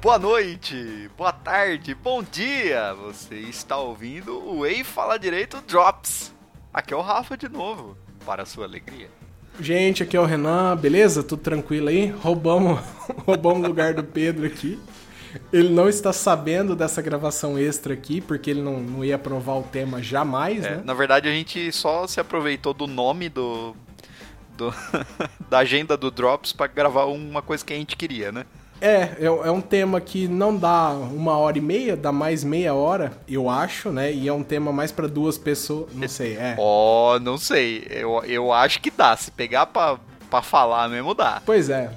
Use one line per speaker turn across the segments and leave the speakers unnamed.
boa noite, boa tarde, bom dia. Você está ouvindo o Ei Fala Direito Drops. Aqui é o Rafa de novo, para sua alegria.
Gente, aqui é o Renan, beleza? Tudo tranquilo aí? Roubamos, roubamos o lugar do Pedro aqui. Ele não está sabendo dessa gravação extra aqui, porque ele não, não ia aprovar o tema jamais,
É,
né?
Na verdade, a gente só se aproveitou do nome do, do- da agenda do Drops para gravar uma coisa que a gente queria, né?
É, é, um- é um tema que não dá uma hora e meia, dá mais meia hora, eu acho, né? E é um tema mais pra duas pessoas, não sei, é.
Ó, não sei. Eu, eu acho que dá. Se pegar pra, pra falar mesmo, dá.
Pois é,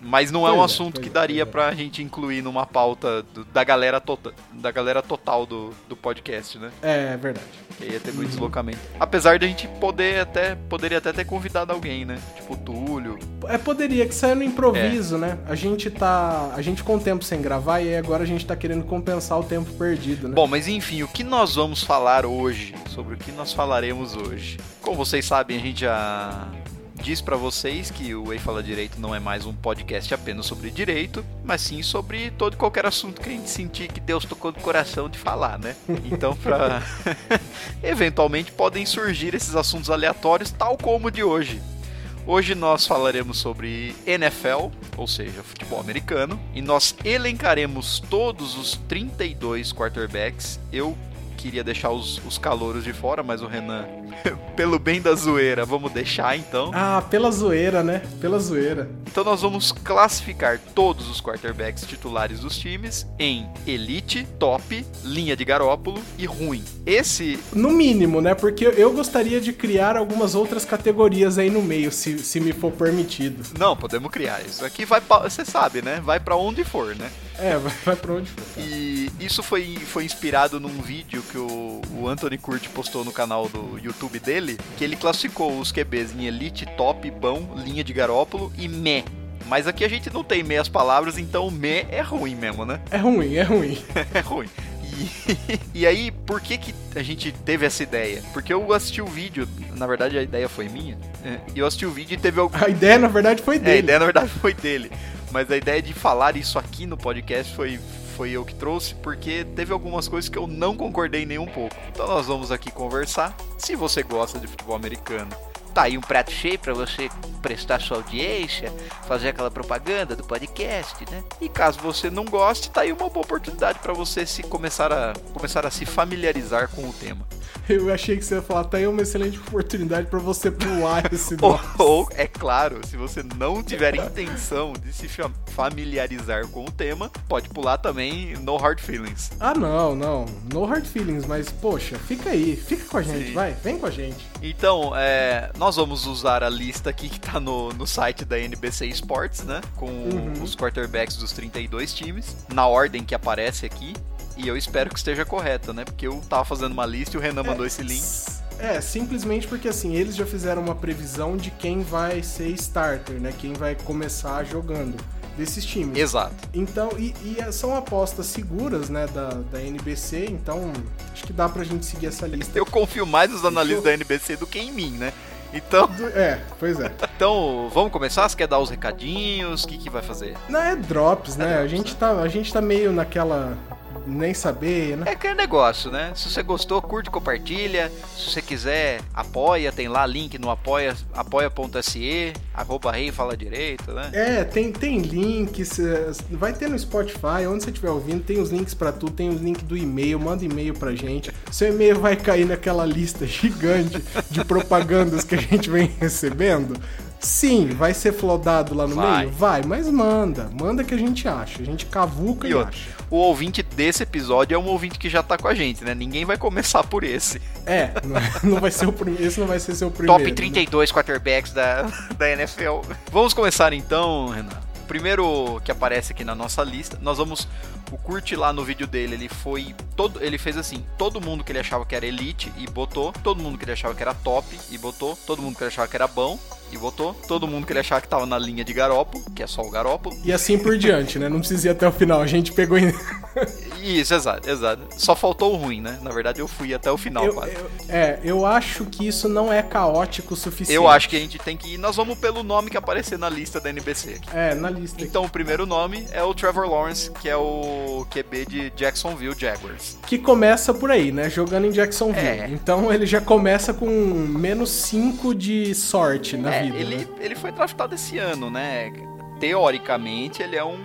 Mas não é um
Pois é,
assunto
pois
que
é,
daria
pois é.
pra gente incluir numa pauta do- da, galera tota, da galera total do, do podcast, né?
é verdade.
Porque ia ter muito deslocamento. Apesar de a gente poder até. Poderia até ter convidado alguém, né? Tipo o Túlio.
É, poderia, que saiu no
É.
improviso, né? A gente tá. A gente ficou um tempo sem gravar e aí agora a gente tá querendo compensar o tempo perdido, né?
Bom, mas enfim, o que nós vamos falar hoje? Sobre o que nós falaremos hoje? Como vocês sabem, a gente já diz pra vocês que o Ei Fala Direito não é mais um podcast apenas sobre direito, mas sim sobre todo e qualquer assunto que a gente sentir que Deus tocou no coração de falar, né? Então, pra... eventualmente podem surgir esses assuntos aleatórios, tal como o de hoje. Hoje nós falaremos sobre NFL, ou seja, futebol americano, e nós elencaremos todos os 32 quarterbacks. Eu queria deixar os, os calouros de fora, mas o Renan, pelo bem da zoeira, vamos deixar então.
Ah, pela zoeira, né? Pela zoeira.
Então nós vamos classificar todos os quarterbacks titulares dos times em elite, top, linha de garópolo e ruim. Esse
No mínimo, né? Porque eu gostaria de criar algumas outras categorias aí no meio, se, se me for permitido.
não, podemos criar. Isso aqui vai, pra- você sabe, né? Vai pra onde for, né?
É, vai, vai pra onde for.
E isso foi, foi inspirado num vídeo que o, o Anthony Curti postou no canal do YouTube dele, que ele classificou os QBs em Elite, Top, Bom, Linha de Garópolo e Mé. Mas aqui a gente não tem meias palavras, então o Mé é ruim mesmo, né?
É ruim, é ruim.
É ruim. E, e aí, por que, que a gente teve essa ideia? Porque eu assisti o vídeo, na verdade a ideia foi minha, é, e eu assisti o vídeo e teve algum,
A ideia, na verdade, foi
é, a
dele.
ideia na verdade foi dele. Mas a ideia de falar isso aqui no podcast foi, foi eu que trouxe, porque teve algumas coisas que eu não concordei nem um pouco. Então nós vamos aqui conversar. Se você gosta de futebol americano, tá aí um prato cheio pra você prestar sua audiência, fazer aquela propaganda do podcast, né? E caso você não goste, tá aí uma boa oportunidade pra você se começar a começar a se familiarizar com o tema.
Eu achei que você ia falar, tá aí uma excelente oportunidade pra você pular esse
Ou,
nome.
ou, é claro, se você não tiver intenção de se fa- familiarizar com o tema, pode pular também No Hard Feelings.
Ah, não, não. No hard feelings, mas poxa, fica aí, fica com a gente,
Sim.
vai, vem com a gente.
Então, é, nós vamos usar a lista aqui que tá no, no site da NBC Sports, né? Com
Uhum.
os quarterbacks dos 32 times, na ordem que aparece aqui. E eu espero que esteja correta, né? Porque eu tava fazendo uma lista e o Renan mandou esse link.
É, simplesmente porque assim, eles já fizeram uma previsão de quem vai ser starter, né? Quem vai começar jogando desses times.
Exato.
Então, e, e são apostas seguras, né, da, da NBC, então acho que dá pra gente seguir essa lista.
Eu confio mais nos analistas da NBC do que em mim, né? Então,
Do- É, pois é.
então, vamos começar? Você quer dar os recadinhos? O que, que vai fazer?
Não, é drops, né? a,
drops,
gente Tá, a gente tá meio naquela. Nem saber, né?
É aquele negócio, né? Se você gostou, curte, compartilha. Se você quiser, apoia. Tem lá link no apoia, apoia.se, arroba rei fala direito, né?
É, tem, tem links, é, vai ter no Spotify, onde você estiver ouvindo, tem os links pra tudo, tem os links do e-mail, manda e-mail pra gente. Seu e-mail vai cair naquela lista gigante de propagandas que a gente vem recebendo. Sim, vai ser flodado lá no
Vai.
meio? Vai, mas manda, manda que a gente acha, a gente cavuca e,
E outra.
acha.
O ouvinte desse episódio é um ouvinte que já tá com a gente, né? Ninguém vai começar por esse.
É, não, não vai ser o primeiro, esse não vai ser seu primeiro.
Top
né?
32 quarterbacks da, da NFL. Vamos começar então, Renan. O primeiro que aparece aqui na nossa lista, nós vamos. O Curte lá no vídeo dele, ele foi. todo Ele fez assim: todo mundo que ele achava que era elite e botou, todo mundo que ele achava que era top e botou, todo mundo que ele achava que era bom e botou, todo mundo que ele achava que tava na linha de garopo, que é só o garopo,
E assim por diante, né? Não precisa ir até o final, a gente pegou em-
Isso, exato, exato. Só faltou o ruim, né? Na verdade, eu fui até o final,
Eu-
quase.
eu- é, eu acho que isso não é caótico o suficiente.
Eu acho que a gente tem que ir. Nós vamos pelo nome que aparecer na lista da NBC aqui.
É, na lista.
Então, o primeiro nome é o Trevor Lawrence, que é o QB de Jacksonville Jaguars.
Que começa por aí, né? Jogando em Jacksonville.
É.
Então ele já começa com menos 5 de sorte na
É,
vida.
ele,
né?
ele foi draftado esse ano, né? Teoricamente, ele é um,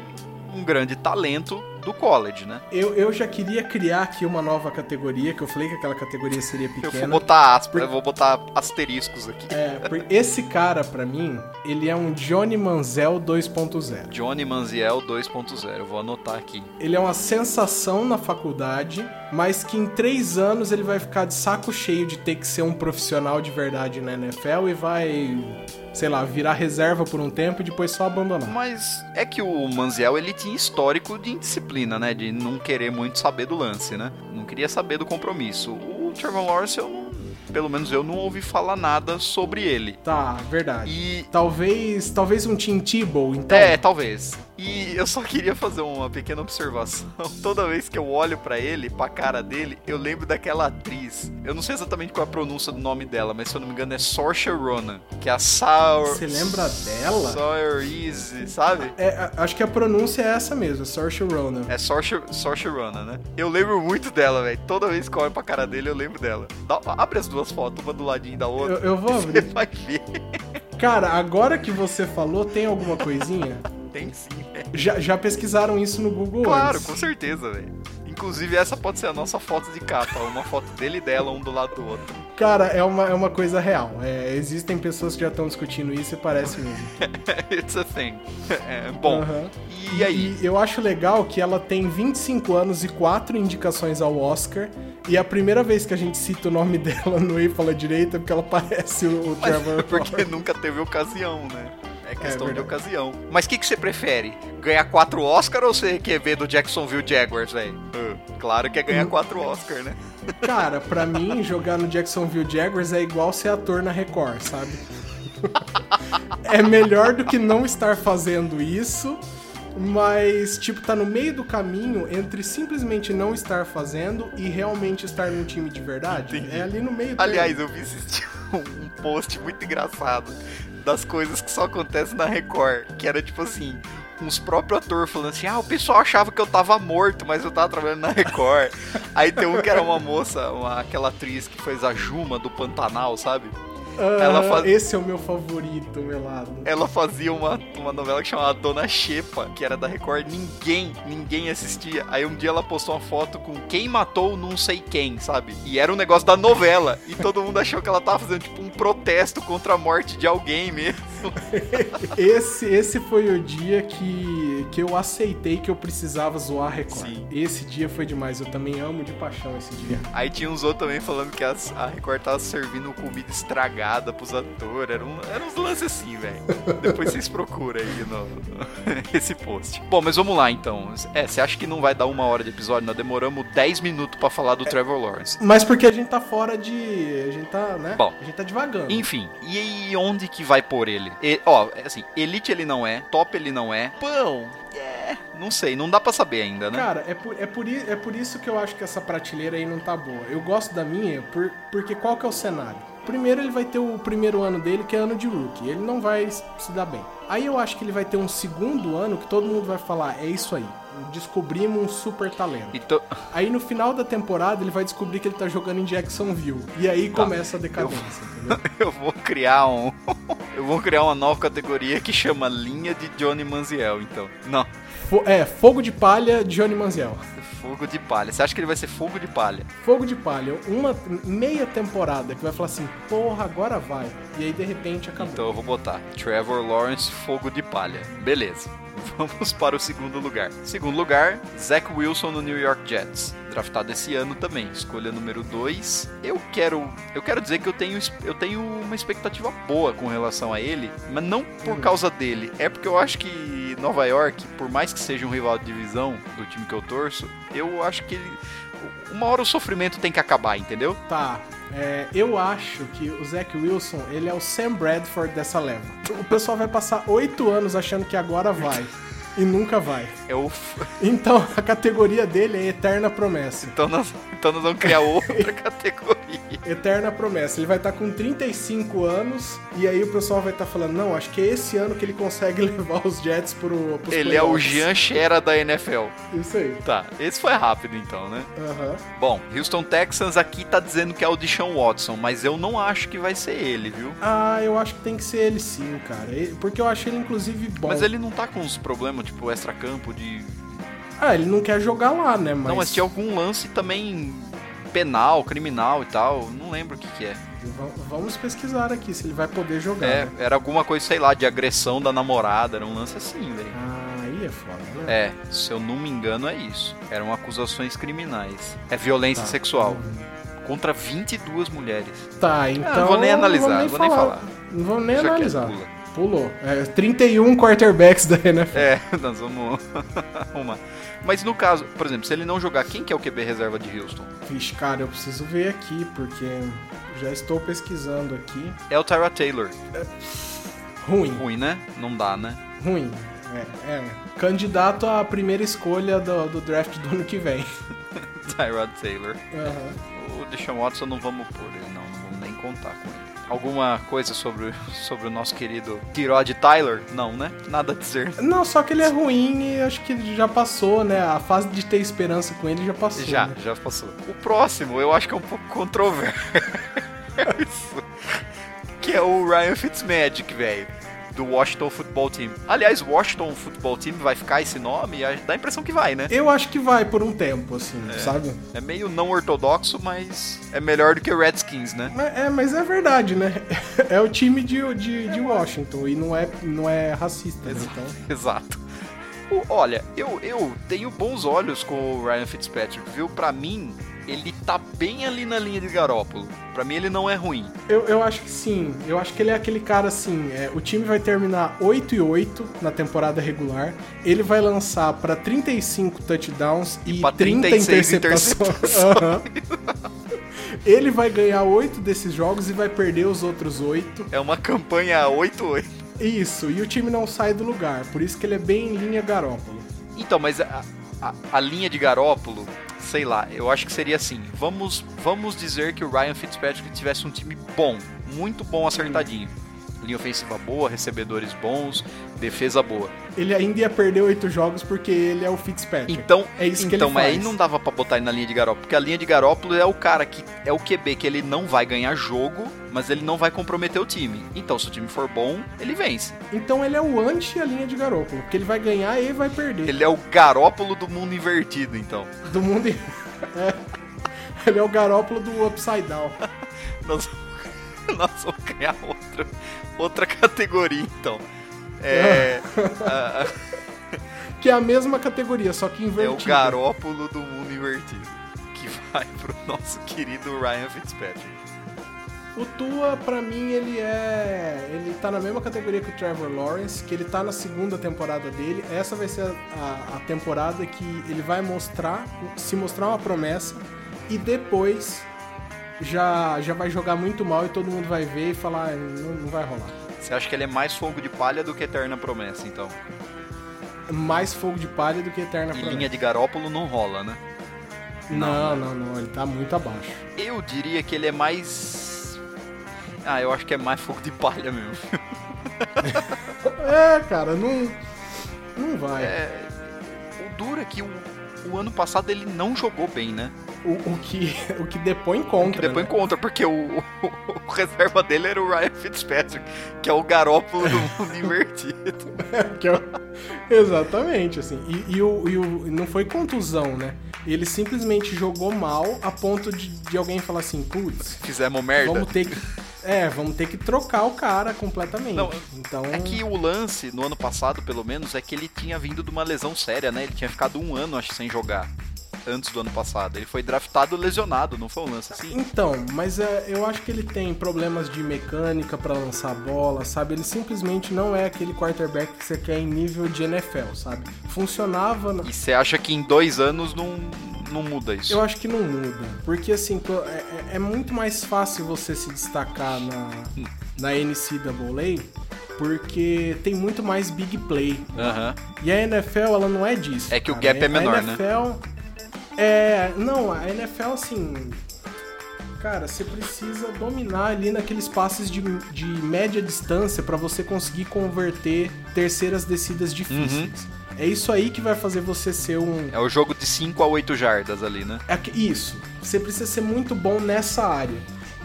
um grande talento do college, né?
Eu, eu já queria criar aqui uma nova categoria, que eu falei que aquela categoria seria
Eu vou
pequena.
botar aspas, eu vou botar asteriscos aqui.
É, por- esse cara, pra mim, ele é um Johnny Manziel 2.0.
Johnny Manziel 2.0, eu vou anotar aqui.
Ele é uma sensação na faculdade, mas que em três anos ele vai ficar de saco cheio de ter que ser um profissional de verdade na NFL e vai, sei lá, virar reserva por um tempo e depois só abandonar.
Mas é que o Manziel ele tinha histórico de indisciplina, né? De não querer muito saber do lance, né? Não queria saber do compromisso. O Trevor Lawrence, eu não, pelo menos eu não ouvi falar nada sobre ele.
Tá, verdade.
E
Talvez, talvez um Tim Tebow, então.
É, talvez. E eu só queria fazer uma pequena observação. Toda vez que eu olho pra ele, pra cara dele, eu lembro daquela atriz. Eu não sei exatamente qual é a pronúncia do nome dela, mas se eu não me engano é Saoirse Ronan, que é a Sour.
Você lembra dela?
Saoirse, sabe?
É, a- acho que a pronúncia é essa mesmo, Saoirse Ronan.
É Saoirse Saoirse Ronan, né? Eu lembro muito dela, velho. Toda vez que eu olho pra cara dele, eu lembro dela. Dá- abre as duas fotos, uma do ladinho da
Eu,
outra.
eu vou
Você
abrir.
vai ver.
Cara, agora que você falou, tem alguma coisinha?
Tem sim, velho.
já, já pesquisaram isso no Google
Claro,
antes.
com certeza, velho. Inclusive, essa pode ser a nossa foto de capa. Uma foto dele e dela, um do lado do outro.
Cara, é uma, é uma coisa real. É, existem pessoas que já estão discutindo isso e parece mesmo.
It's a thing. É, bom,
Aham.
e aí?
E eu acho legal que ela tem 25 anos e 4 indicações ao Oscar. E a primeira vez que a gente cita o nome dela no E Fala Direita é porque ela parece o, o
Mas
Trevor.
porque
Lawrence.
nunca teve ocasião, né? É questão de
verdade.
ocasião. Mas o que, que você prefere? Ganhar quatro Oscar ou ser QB do Jacksonville Jaguars, velho? Ah, Claro que é
Hum.
ganhar quatro Oscar, né?
Cara, pra mim, jogar no Jacksonville Jaguars é igual ser ator na Record, sabe? é melhor do que não estar fazendo isso, mas, tipo, tá no meio do caminho entre simplesmente não estar fazendo e realmente estar num time de verdade.
Entendi.
É ali no meio do
Aliás, eu vi assistir um post muito engraçado das coisas que só acontecem na Record, que era tipo assim, uns próprios atores falando assim, ah, o pessoal achava que eu tava morto, mas eu tava trabalhando na Record. Aí tem um que era uma moça, uma, aquela atriz que fez a Juma do Pantanal, sabe? ela
ela
faz-
Esse é o meu favorito, meu lado.
Ela fazia uma, uma novela que chamava Dona Xepa, que era da Record, ninguém, ninguém assistia. Aí um dia ela postou uma foto com quem matou não sei quem, sabe? E era um negócio da novela. E todo mundo achou que ela tava fazendo tipo um protesto contra a morte de alguém mesmo.
Esse, esse foi o dia que, que eu aceitei que eu precisava zoar a Record.
Sim.
Esse dia foi demais. Eu também amo de paixão esse dia.
Aí tinha uns outros também falando que as- a Record tava servindo comida estragada pros atores. Era, um, era uns lances assim, velho. Depois vocês procuram aí no, esse post. Bom, mas vamos lá então. É, você acha que não vai dar uma hora de episódio? Nós demoramos 10 minutos pra falar do Trevor Lawrence.
Mas porque a gente tá fora de. A gente tá, né?
Bom.
A gente tá devagando.
Enfim, e, e onde que vai pôr ele? E- ó, é assim, elite ele não é, top ele não é. Pão, é, não sei, não dá pra saber ainda, né?
Cara, é por, é, por, i- é por isso que eu acho que essa prateleira aí não tá boa. Eu gosto da minha, por- porque qual que é o cenário? Primeiro ele vai ter o primeiro ano dele, que é ano de rookie. Ele não vai s- se dar bem. Aí eu acho que ele vai ter um segundo ano que todo mundo vai falar, é isso aí. Descobrimos um super talento.
Então,
Aí no final da temporada ele vai descobrir que ele tá jogando em Jacksonville. E aí
Tá.
começa a decadência, entendeu?
eu vou criar um. eu vou criar uma nova categoria que chama Linha de Johnny Manziel, então. Não,
Fo- é, fogo de palha, Johnny Manziel.
fogo de palha. Você acha que ele vai ser fogo de palha?
Fogo de Palha, uma meia temporada que vai falar assim, porra, agora vai. E aí de repente acabou.
Então eu vou botar Trevor Lawrence, fogo de palha. Beleza. Vamos para o segundo lugar. Segundo lugar, Zach Wilson no New York Jets, draftado esse ano também, escolha número 2. Eu quero, eu quero dizer que eu tenho, es- eu tenho uma expectativa boa com relação a ele, mas não por
Hum.
causa dele, é porque eu acho que Nova York, por mais que seja um rival de divisão do time que eu torço, eu acho que ele- uma hora o sofrimento tem que acabar, entendeu?
Tá, é, eu acho que o Zach Wilson, ele é o Sam Bradford dessa leva. O pessoal vai passar oito anos achando que agora vai. e nunca vai.
É o...
Então a categoria dele é Eterna Promessa.
Então nós, então nós vamos criar outra categoria.
Eterna Promessa. Ele vai estar com 35 anos e aí o pessoal vai estar falando: não, acho que é esse ano que ele consegue levar os Jets pro. Pros
Ele é o
playoffs."
Jean Shera da NFL.
Isso aí.
Tá, esse foi rápido então, né?
Aham.
Bom, Houston Texans aqui tá dizendo que é o Deshaun Watson, mas eu não acho que vai ser ele, viu?
Ah, eu acho que tem que ser ele sim, cara. Ele- Porque eu acho ele, inclusive, bom.
Mas ele não tá com uns problemas, tipo, extra-campo de.
Ah, ele não quer jogar lá, né? Mas...
Não, mas é tinha algum lance também penal, criminal e tal. Não lembro o que, que é.
Va- Vamos pesquisar aqui se ele vai poder jogar.
É,
né?
era alguma coisa, sei lá, de agressão da namorada, era um lance assim, velho.
Ah, aí é foda, né?
É, se eu não me engano é isso. Eram acusações criminais. É violência
Tá.
sexual contra 22 mulheres.
Tá,
Ah,
então.
não vou nem analisar,
não
vou nem falar.
Não vou nem
Isso aqui é
analisar.
pula.
Pulou. É, 31 quarterbacks da NFL.
É, nós vamos arrumar. Mas no caso, por exemplo, se ele não jogar, quem que é o QB reserva de Houston?
Vixe, cara, eu preciso ver aqui, porque já estou pesquisando aqui.
É o Tyra Taylor.
Ruim,
Ruim, né? Não dá, né?
ruim. É, é. Candidato à primeira escolha do, do draft do ano que vem.
Tyra Taylor.
Aham.
O Deshaun Watson não vamos pôr ele, não. Não vamos nem contar com ele. Alguma coisa sobre, sobre o nosso querido Tyrod Tyler? Não, né? Nada a dizer.
Não, só que ele é ruim e acho que já passou, né? A fase de ter esperança com ele já passou.
Já,
né?
já passou. O próximo eu acho que é um pouco controverso. que é o Ryan Fitzmagic, velho. Do Washington Football Team. Aliás, Washington Football Team vai ficar esse nome? Ah, Dá a impressão que vai, né?
Eu acho que vai por um tempo, assim, sabe?
É meio não ortodoxo, mas é melhor do que Redskins, né?
Mas- É, mas é verdade, né? É o time de, de, de Washington e não é, não é racista, né? então.
Exato. O- olha, eu, eu tenho bons olhos com o Ryan Fitzpatrick, viu? Pra mim, ele tá bem ali na linha de Garópolo. Pra mim, ele não é ruim.
Eu, eu acho que sim. Eu acho que ele é aquele cara assim. é, o time vai terminar 8 e 8 na temporada regular. Ele vai lançar pra 35 touchdowns e,
pra
30
36
interceptações. Aham. ele vai ganhar 8 desses jogos e vai perder os outros 8.
É uma campanha 8-8.
Isso, e o time não sai do lugar. Por isso que ele é bem em linha garópolo.
Então, mas a, a- a linha de Garópolo, sei lá, eu acho que seria assim. Vamos, vamos dizer que o Ryan Fitzpatrick tivesse um time bom, muito bom, acertadinho.
Hum.
Linha ofensiva boa, recebedores bons, defesa boa.
Ele ainda ia perder 8 jogos porque ele é o Fitzpatrick.
Então,
É isso que
então
ele
mas aí
faz.
não dava pra botar ele na linha de Garópolo, porque a linha de Garópolo é o cara que é o QB que ele não vai ganhar jogo, mas ele não vai comprometer o time. Então, se o time for bom, ele vence.
Então ele é o anti a linha de garópolo. Porque ele vai ganhar e vai perder.
Ele é o Garópolo do mundo invertido, então.
Do mundo. em- É. Ele é o garópolo do Upside Down.
Nós, nós vamos criar outra, outra categoria, então. É, a- a-
Que é a mesma categoria, só que
é o
invertida.
garópolo do mundo invertido. Que vai pro nosso querido Ryan Fitzpatrick.
O Tua, pra mim, ele é. Ele tá na mesma categoria que o Trevor Lawrence, que ele tá na segunda temporada dele. Essa vai ser a, a- a temporada que ele vai mostrar, se mostrar uma promessa, e depois já, já vai jogar muito mal e todo mundo vai ver e falar, "Ah, não, não vai rolar.
Você acha que ele é mais fogo de palha do que Eterna Promessa, então?
Mais fogo de palha do que
E
Eterna Promessa.
linha né? de garópolo não rola, né?
Não, não, não, ele tá muito abaixo.
Eu diria que ele é mais. Ah, eu acho que é mais fogo de palha mesmo.
É, cara, não. Não vai.
É, o duro é que o, o ano passado ele não jogou bem, né?
O, o que, o que depõe
Que
contra.
depois
né?
encontra, porque o, o- o reserva dele era o Ryan Fitzpatrick, que é o garópolo do mundo invertido.
Que é- Exatamente, assim. E, e o, e o- não foi contusão, né? Ele simplesmente jogou mal a ponto de, de alguém falar assim, putz,
Fizemos merda.
vamos ter que. É, vamos ter que trocar o cara completamente.
Não,
então.
É que o lance, no ano passado, pelo menos, é que ele tinha vindo de uma lesão séria, né? Ele tinha ficado um ano, acho, sem jogar. Antes do ano passado. Ele foi draftado lesionado, não foi um lance assim?
Então, mas é, eu acho que ele tem problemas de mecânica pra lançar a bola, sabe? Ele simplesmente não é aquele quarterback que você quer em nível de NFL, sabe? Funcionava na-
E você acha que em dois anos não, não muda isso?
Eu acho que não muda. Porque, assim, co- é, é- é muito mais fácil você se destacar na, na NCAA porque tem muito mais big play.
Aham.
E a NFL, ela não é disso.
É que o gap é menor,
a
né?
NFL, É, não, a NFL, assim. Cara, você precisa dominar ali naqueles passes de, de média distância pra você conseguir converter terceiras descidas difíceis.
Uhum.
É isso aí que vai fazer você ser um.
É o jogo de 5 a 8 jardas ali, né?
É que- isso. Você precisa ser muito bom nessa área.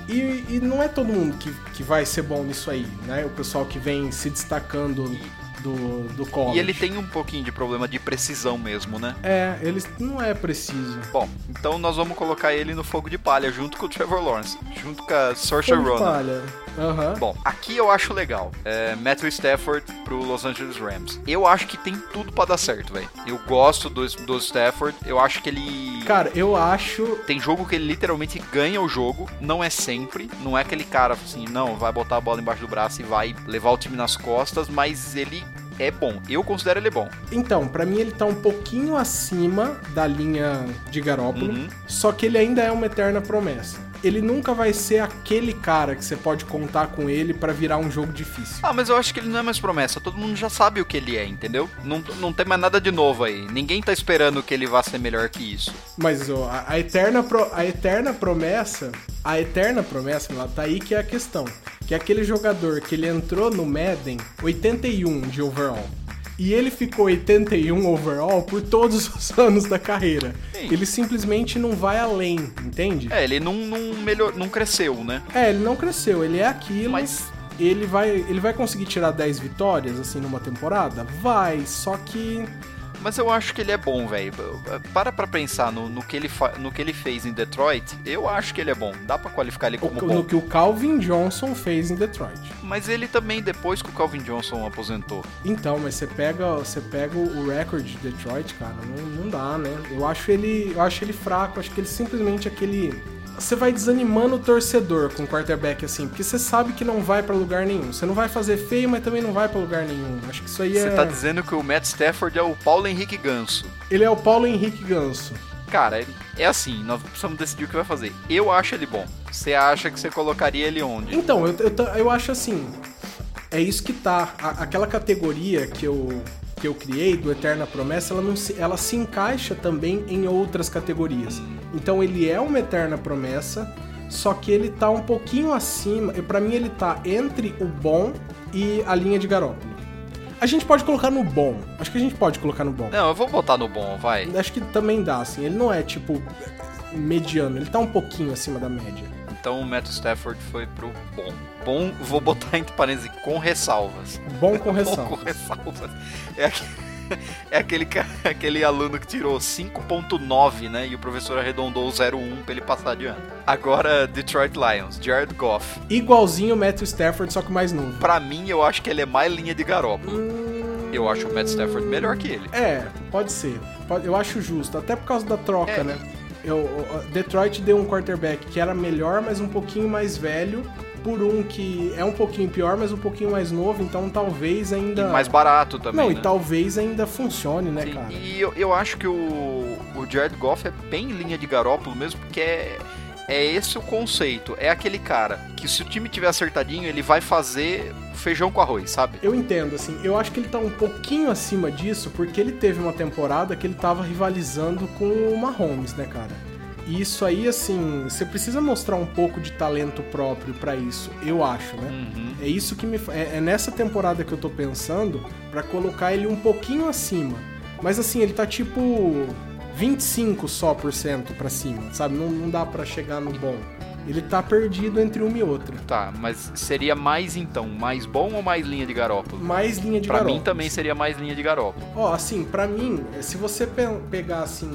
E, e não é todo mundo que, que vai ser bom nisso aí, né? O pessoal que vem se destacando do, do college.
E ele tem um pouquinho de problema de precisão mesmo, né?
É, ele não é preciso.
Bom, então nós vamos colocar ele no fogo de palha junto com o Trevor Lawrence, junto com a Saoirse
Como
Ronan.
falha? Aham.
Bom, aqui eu acho legal. É, Matthew Stafford pro Los Angeles Rams. Eu acho que tem tudo pra dar certo, velho. Eu gosto do, do Stafford. Eu acho que ele.
Cara, eu acho.
Tem jogo que ele literalmente ganha o jogo, não é sempre, não é aquele cara assim, não, vai botar a bola embaixo do braço e vai levar o time nas costas, mas ele é bom. Eu considero ele bom.
Então, pra mim ele tá um pouquinho acima da linha de Garópolo,
Uhum.
só que ele ainda é uma eterna promessa. Ele nunca vai ser aquele cara que você pode contar com ele pra virar um jogo difícil.
Ah, mas eu acho que ele não é mais promessa, todo mundo já sabe o que ele é, entendeu? Não, não tem mais nada de novo aí. Ninguém tá esperando que ele vá ser melhor que isso.
Mas ó, a, a eterna pro- a eterna promessa, a eterna promessa, ela tá aí que é a questão. Que é aquele jogador que ele entrou no Madden 81 de overall. E ele ficou 81 overall por todos os anos da carreira.
Sim.
Ele simplesmente não vai além, entende?
É, ele não, não melhor, não cresceu, né?
É, ele não cresceu, ele é aquilo.
Mas-
Ele vai, ele vai conseguir tirar 10 vitórias, assim, numa temporada? Vai, só que.
Mas eu acho que ele é bom, velho. Para pra pensar no, no, que ele fa- no que ele fez em Detroit, eu acho que ele é bom. Dá pra qualificar ele
o-
como bom.
no que o Calvin Johnson fez em Detroit.
Mas ele também, depois que o Calvin Johnson aposentou.
Então, mas você pega, você pega o recorde de Detroit, cara, não, não dá, né? Eu acho ele, eu acho ele fraco, acho que ele simplesmente é aquele você vai desanimando o torcedor com o quarterback assim, porque você sabe que não vai pra lugar nenhum. Você não vai fazer feio, mas também não vai pra lugar nenhum. Acho que isso aí é
Você tá dizendo que o Matt Stafford é o Paulo Henrique Ganso.
ele é o Paulo Henrique Ganso.
Cara, é- é assim, nós precisamos decidir o que vai fazer. Eu acho ele bom. Você acha que você colocaria ele onde?
Então, eu, eu, ta- eu acho assim. É isso que tá. a- aquela categoria que eu, que eu criei do Eterna Promessa, ela, não se, ela se encaixa também em outras categorias. Então ele é uma Eterna Promessa, só que ele tá um pouquinho acima. e Pra mim, ele tá entre o bom e a linha de garópolo. A gente pode colocar no bom. Acho que a gente pode colocar no bom.
Não, eu vou botar no bom, vai.
Acho que também dá, assim. Ele não é tipo mediano, ele tá um pouquinho acima da média.
Então o Matt Stafford foi pro bom. Bom, vou botar entre parênteses com ressalvas.
Bom com
Com
ressalva.
ressalvas. É aquele, é aquele, ca- aquele aluno que tirou 5.9, né? E o professor arredondou o 0.1 pra ele passar de ano. Agora, Detroit Lions, Jared Goff.
Igualzinho o Matthew Stafford, só que mais novo.
Pra mim, eu acho que ele é mais linha de garópolo.
Hum.
Eu acho o Matt Stafford melhor que ele.
É, pode ser. Pode- Eu acho justo, até por causa da troca,
É.
né? Eu, o- Detroit deu um quarterback que era melhor, mas um pouquinho mais velho, por um que é um pouquinho pior, mas um pouquinho mais novo, então talvez ainda.
E mais barato também.
Não, então,
né?
e talvez ainda funcione, né,
Sim,
cara?
E eu, eu acho que o, o Jared Goff é bem linha de garópolo mesmo, porque é, é esse o conceito. É aquele cara que se o time tiver acertadinho, ele vai fazer feijão com arroz, sabe?
Eu entendo, assim, eu acho que ele tá um pouquinho acima disso, porque ele teve uma temporada que ele tava rivalizando com o Mahomes, né, cara? E isso aí, assim, você precisa mostrar um pouco de talento próprio pra isso, eu acho, né?
Uhum.
É isso que me. fa- É, é nessa temporada que eu tô pensando pra colocar ele um pouquinho acima. Mas assim, ele tá tipo 25 só por cento pra cima, sabe? Não, não dá pra chegar no bom. Ele tá perdido entre uma e outra.
Tá, mas seria mais então, mais bom ou mais linha de garópolo?
Mais linha de
Pra
garoto.
mim também seria mais linha de garópolo.
Ó, assim, pra mim, se você pe- pegar assim.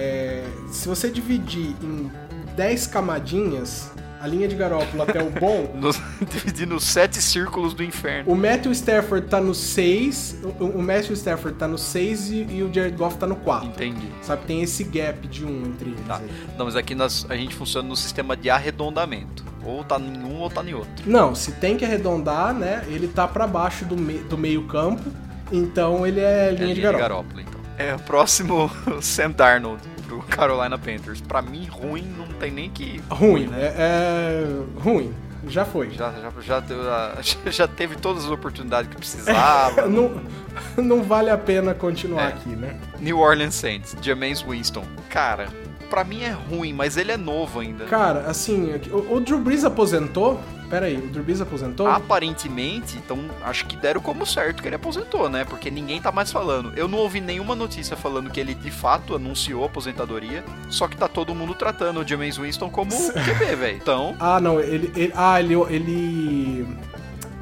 é, se você dividir em 10 camadinhas, a linha de garópolo até o bom,
Nos, dividindo os sete círculos do inferno.
O Matthew Stafford tá no 6, o, o Matthew Stafford tá no 6 e, e o Jared Goff tá no 4.
Entendi.
Sabe, tem esse gap de um entre eles.
Tá.
aí.
Não, mas aqui nós- a gente funciona no sistema de arredondamento. Ou tá em um ou tá em outro.
Não, se tem que arredondar, né? Ele tá pra baixo do, me- do meio campo, então ele é linha
é
de
linha
garoto.
Garoppolo, então. É, o próximo, o Sam Darnold, pro Carolina Panthers. Pra mim, ruim não tem nem que...
Ruim, né? É, ruim. Já foi.
Já, já, já, deu- já teve todas as oportunidades que precisava.
Não, não vale a pena continuar
É.
aqui, né?
New Orleans Saints, Jameis Winston. Cara, pra mim é ruim, mas ele é novo ainda.
Cara, assim, o, o Drew Brees aposentou? Pera aí, o Drew Brees aposentou?
Ah. Aparentemente, então acho que deram como certo que ele aposentou, né? Porque ninguém tá mais falando. Eu não ouvi nenhuma notícia falando que ele de fato anunciou a aposentadoria, só que tá todo mundo tratando o Jameis Winston como QB, velho. Então,
Ah, não, ele, ele- ah, ele, ele,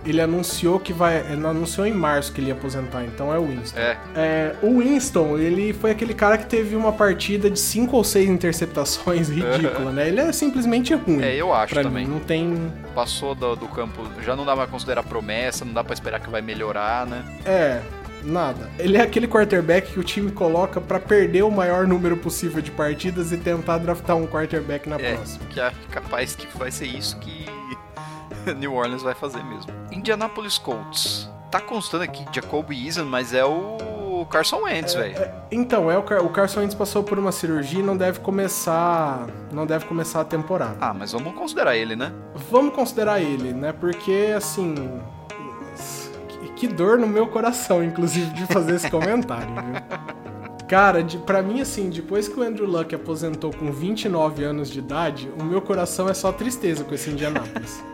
ele anunciou que vai, ele anunciou em março que ele ia aposentar, então é o Winston.
é,
É, o Winston, ele foi aquele cara que teve uma partida de cinco ou seis interceptações ridícula, né? Ele é simplesmente ruim.
é eu acho
pra mim,
também.
não tem,
Passou do, do campo, já não dá pra considerar promessa, não dá pra esperar que vai melhorar, né?
é, nada. Ele é aquele quarterback que o time coloca pra perder o maior número possível de partidas e tentar draftar um quarterback na
É,
próxima.
que é capaz que vai ser isso que New Orleans vai fazer mesmo. Indianapolis Colts. Tá constando aqui Jacoby Eason, mas é o Carson Wentz, velho.
Então, é o, Car- o Carson Wentz passou por uma cirurgia e não deve começar, não deve começar a temporada.
Ah, mas vamos considerar ele, né?
Vamos considerar ele, né? Porque, assim. que- Que dor no meu coração, inclusive, de fazer esse comentário, viu? Cara, de, pra mim, assim, depois que o Andrew Luck aposentou com 29 anos de idade, o meu coração é só tristeza com esse Indianapolis.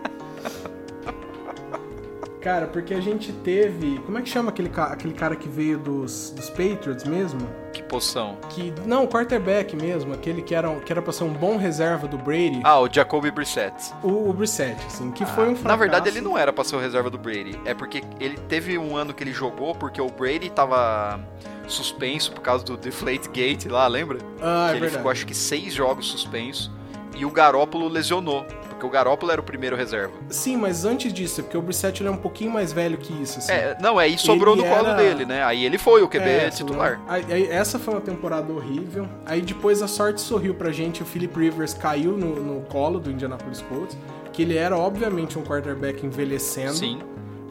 Cara, porque a gente teve. Como é que chama aquele, ca- aquele cara que veio dos, dos Patriots mesmo?
Que poção.
Que. Não, o quarterback mesmo, aquele que era, um- que era pra ser um bom reserva do Brady.
Ah, o Jacoby Brissett. Ah,
O, o Brissett, assim, que foi um fracasso.
Na verdade, ele não era pra ser o reserva do Brady. É porque ele teve um ano que ele jogou porque o Brady tava suspenso por causa do Deflate Gate lá, lembra?
Ah,
que
é
ele
verdade.
ficou acho que seis jogos suspenso e o Garópolo lesionou, porque o Garópolo era o primeiro reserva.
Sim, mas antes disso, é porque o Brissett ele é um pouquinho mais velho que isso, assim.
É, não, é, e sobrou
Ele
no colo
era-
dele, né? Aí ele foi o QB
É,
titular.
sobrou. Aí- aí essa foi uma temporada horrível. Aí depois a sorte sorriu pra gente. O Philip Rivers caiu no, no colo do Indianapolis Colts. Que ele era, obviamente, um quarterback envelhecendo.
Sim,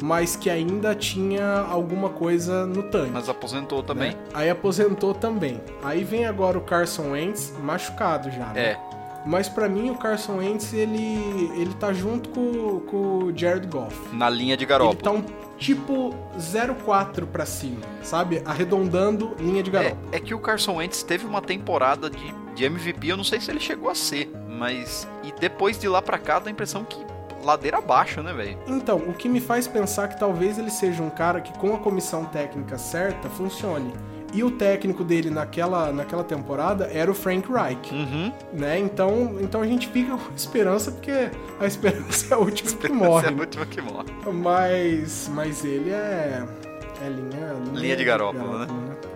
Mas que ainda tinha alguma coisa no tanque.
mas aposentou também.
Aí aposentou também. Aí vem agora o Carson Wentz, machucado já, né?
É,
Mas pra mim o Carson Wentz, ele, ele tá junto com, com o Jared Goff.
na linha de
Ele
Garópolo.
tá um tipo 04 pra cima, sabe? Arredondando linha de garoto.
É, é que o Carson Wentz teve uma temporada de, de MVP, eu não sei se ele chegou a ser, mas. E depois de lá pra cá dá a impressão que ladeira abaixo, né, velho?
Então, o que me faz pensar que talvez ele seja um cara que com a comissão técnica certa funcione. E o técnico dele naquela, naquela temporada era o Frank Reich,
Uhum.
né? Então, então a gente fica com esperança porque a esperança é a última que
Essa
morre.
é a última que morre.
Mas, mas ele é é linha
Linha de Garópolo, né?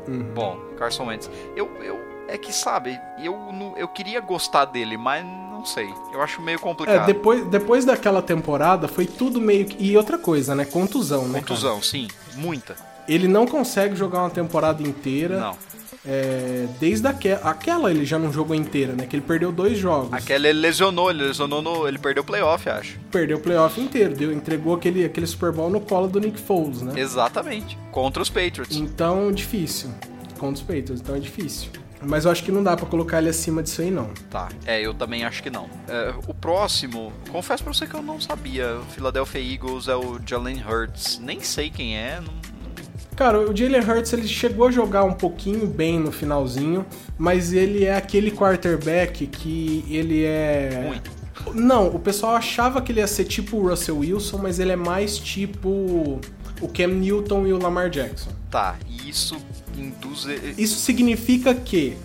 Uhum.
Bom, Carson Wentz. Eu, eu. É que sabe, eu, não- eu queria gostar dele, mas não sei. Eu acho meio
É,
complicado.
depois, depois daquela temporada foi tudo meio que. E outra coisa, né? Contusão, né? cara?
Contusão, sim. Muita.
Ele não consegue jogar uma temporada inteira.
Não.
É, desde aquela. Aquela ele já não jogou inteira, né? Que ele perdeu dois jogos.
Aquela ele lesionou, ele lesionou no. Ele perdeu o playoff, acho.
Perdeu o playoff inteiro. Deu, entregou aquele, aquele Super Bowl no colo do Nick Foles, né?
Exatamente. Contra os Patriots.
Então, difícil. Contra os Patriots, então é difícil. Mas eu acho que não dá pra colocar ele acima disso aí, não.
Tá. É, eu também acho que não. É, o próximo, confesso pra você que eu não sabia. O Philadelphia Eagles é o Jalen Hurts. Nem sei quem é. não-
Cara, o Jalen Hurts ele chegou a jogar um pouquinho bem no finalzinho, mas ele é aquele quarterback que ele é.
Ruim.
Não, o pessoal achava que ele ia ser tipo o Russell Wilson, mas ele é mais tipo o Cam Newton e o Lamar Jackson.
Tá. E isso induz.
Isso significa que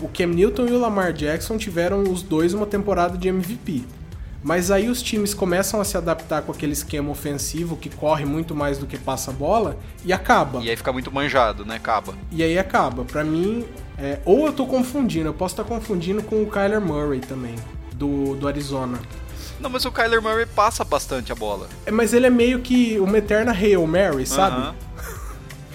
o Cam Newton e o Lamar Jackson tiveram os dois uma temporada de MVP. Mas aí os times começam a se adaptar com aquele esquema ofensivo que corre muito mais do que passa a bola e acaba.
E é- aí fica muito manjado, né? Acaba.
E aí acaba. Pra mim, é, ou eu tô confundindo, eu posso estar confundindo com o Kyler Murray também, do, do Arizona.
Não, mas o Kyler Murray passa bastante a bola.
É, mas ele é meio que uma eterna Hail Mary, sabe?
Aham.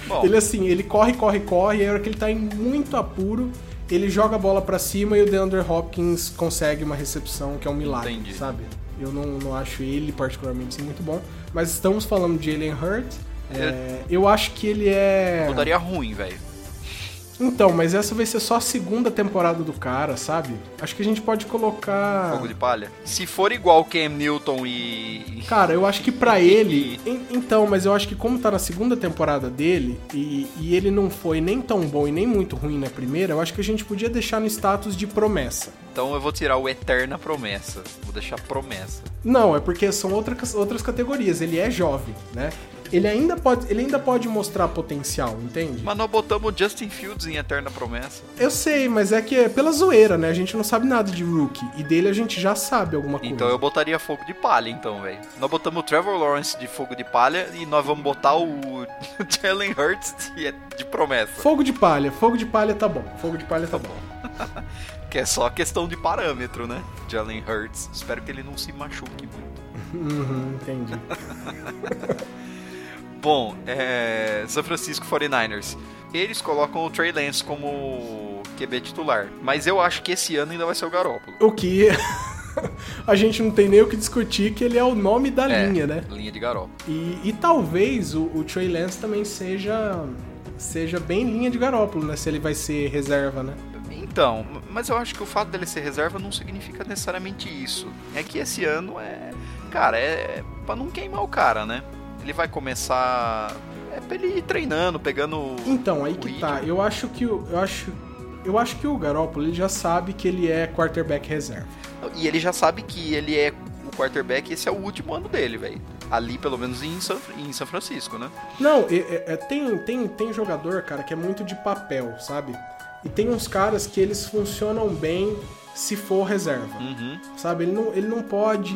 Bom,
Ele assim, ele corre, corre, corre, e a hora que ele tá em muito apuro, ele joga a bola pra cima e o DeAndre Hopkins consegue uma recepção que é um milagre,
Entendi.
sabe? Eu não, não acho ele particularmente assim, muito bom, mas estamos falando de Jalen Hurt. É, eu acho que ele é.
eu daria ruim, velho.
Então, mas essa vai ser só a segunda temporada do cara, sabe? Acho que a gente pode colocar.
Fogo de palha. Se for igual Cam Newton e.
Cara, eu acho que pra ele. en- Então, mas eu acho que como tá na segunda temporada dele, e, e ele não foi nem tão bom e nem muito ruim na primeira, eu acho que a gente podia deixar no status de promessa.
Então eu vou tirar o Eterna Promessa. Vou deixar promessa.
Não, é porque são outra, outras categorias. Ele é jovem, né? Ele ainda pode, ele ainda pode mostrar potencial, entende?
Mas nós botamos o Justin Fields em Eterna Promessa.
Eu sei, mas é que é pela zoeira, né? A gente não sabe nada de rookie. E dele a gente já sabe alguma coisa.
Então eu botaria fogo de palha, então, velho. Nós botamos o Trevor Lawrence de fogo de palha e nós vamos botar o Jalen Hurts de, de promessa.
Fogo de palha, fogo de palha tá bom. Fogo de palha tá bom.
Que é só questão de parâmetro, né? Jalen Hurts. Espero que ele não se machuque muito.
Uhum, entendi.
Bom, é... São Francisco 49ers. Eles colocam o Trey Lance como QB titular. Mas eu acho que esse ano ainda vai ser o Garópolo.
O que a gente não tem nem o que discutir, que ele é o nome da
É,
linha, né?
Linha de Garópolo.
E, e talvez o, o Trey Lance também seja seja bem linha de Garópolo, né? Se ele vai ser reserva, né?
Então, m- mas eu acho que o fato dele ser reserva não significa necessariamente isso. É que esse ano é. Cara, é pra não queimar o cara, né? Ele vai começar. É pra ele ir treinando, pegando.
Então, aí
o
que
ritmo.
tá. Eu acho que o- eu acho eu acho que o Garópolo ele já sabe que ele é quarterback reserva.
E ele já sabe que ele é o quarterback, esse é o último ano dele, velho. Ali, pelo menos em São, em São Francisco, né?
Não, e- e- é, tem, tem, tem jogador, cara, que é muito de papel, sabe? E tem uns caras que eles funcionam bem se for reserva.
Uhum.
Sabe, ele não, ele não pode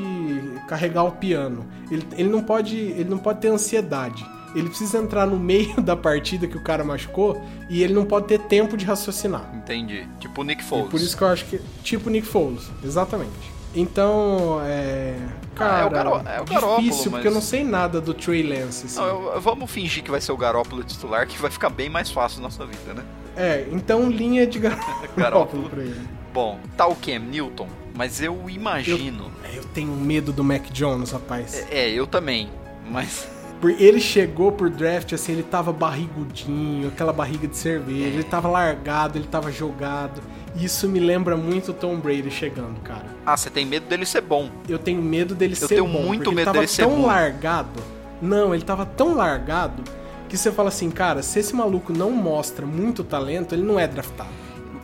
carregar o piano. Ele, ele, não pode, ele não pode ter ansiedade. Ele precisa entrar no meio da partida que o cara machucou e ele não pode ter tempo de raciocinar.
Entendi. Tipo o Nick
E
Foles.
por isso que eu acho que. Tipo Nick Foles, exatamente. Então, é.
Ah,
Cara,
é o Garo- é o Garópolo,
difícil,
mas-
porque eu não sei nada do Trey Lance. assim.
Não, eu- eu- vamos fingir que vai ser o Garópolo titular, que vai ficar bem mais fácil nossa vida, né?
É, então linha de Garópolo,
Garópolo.
pra ele.
Bom, tá o Cam Newton, mas eu imagino.
É, Eu tenho medo do Mac Jones, rapaz.
É, é, eu também. Mas
Por- Ele chegou por draft, assim, ele tava barrigudinho, aquela barriga de cerveja, ele tava largado, ele tava jogado. E Isso me lembra muito o Tom Brady chegando, cara.
Ah, você tem medo dele ser bom.
Eu tenho medo dele
Eu
ser
tenho
bom,
muito
porque
medo
ele tava
dele ser
tão
ruim.
largado. Não, ele tava tão largado que você fala assim, cara, se esse maluco não mostra muito talento, ele não é draftado.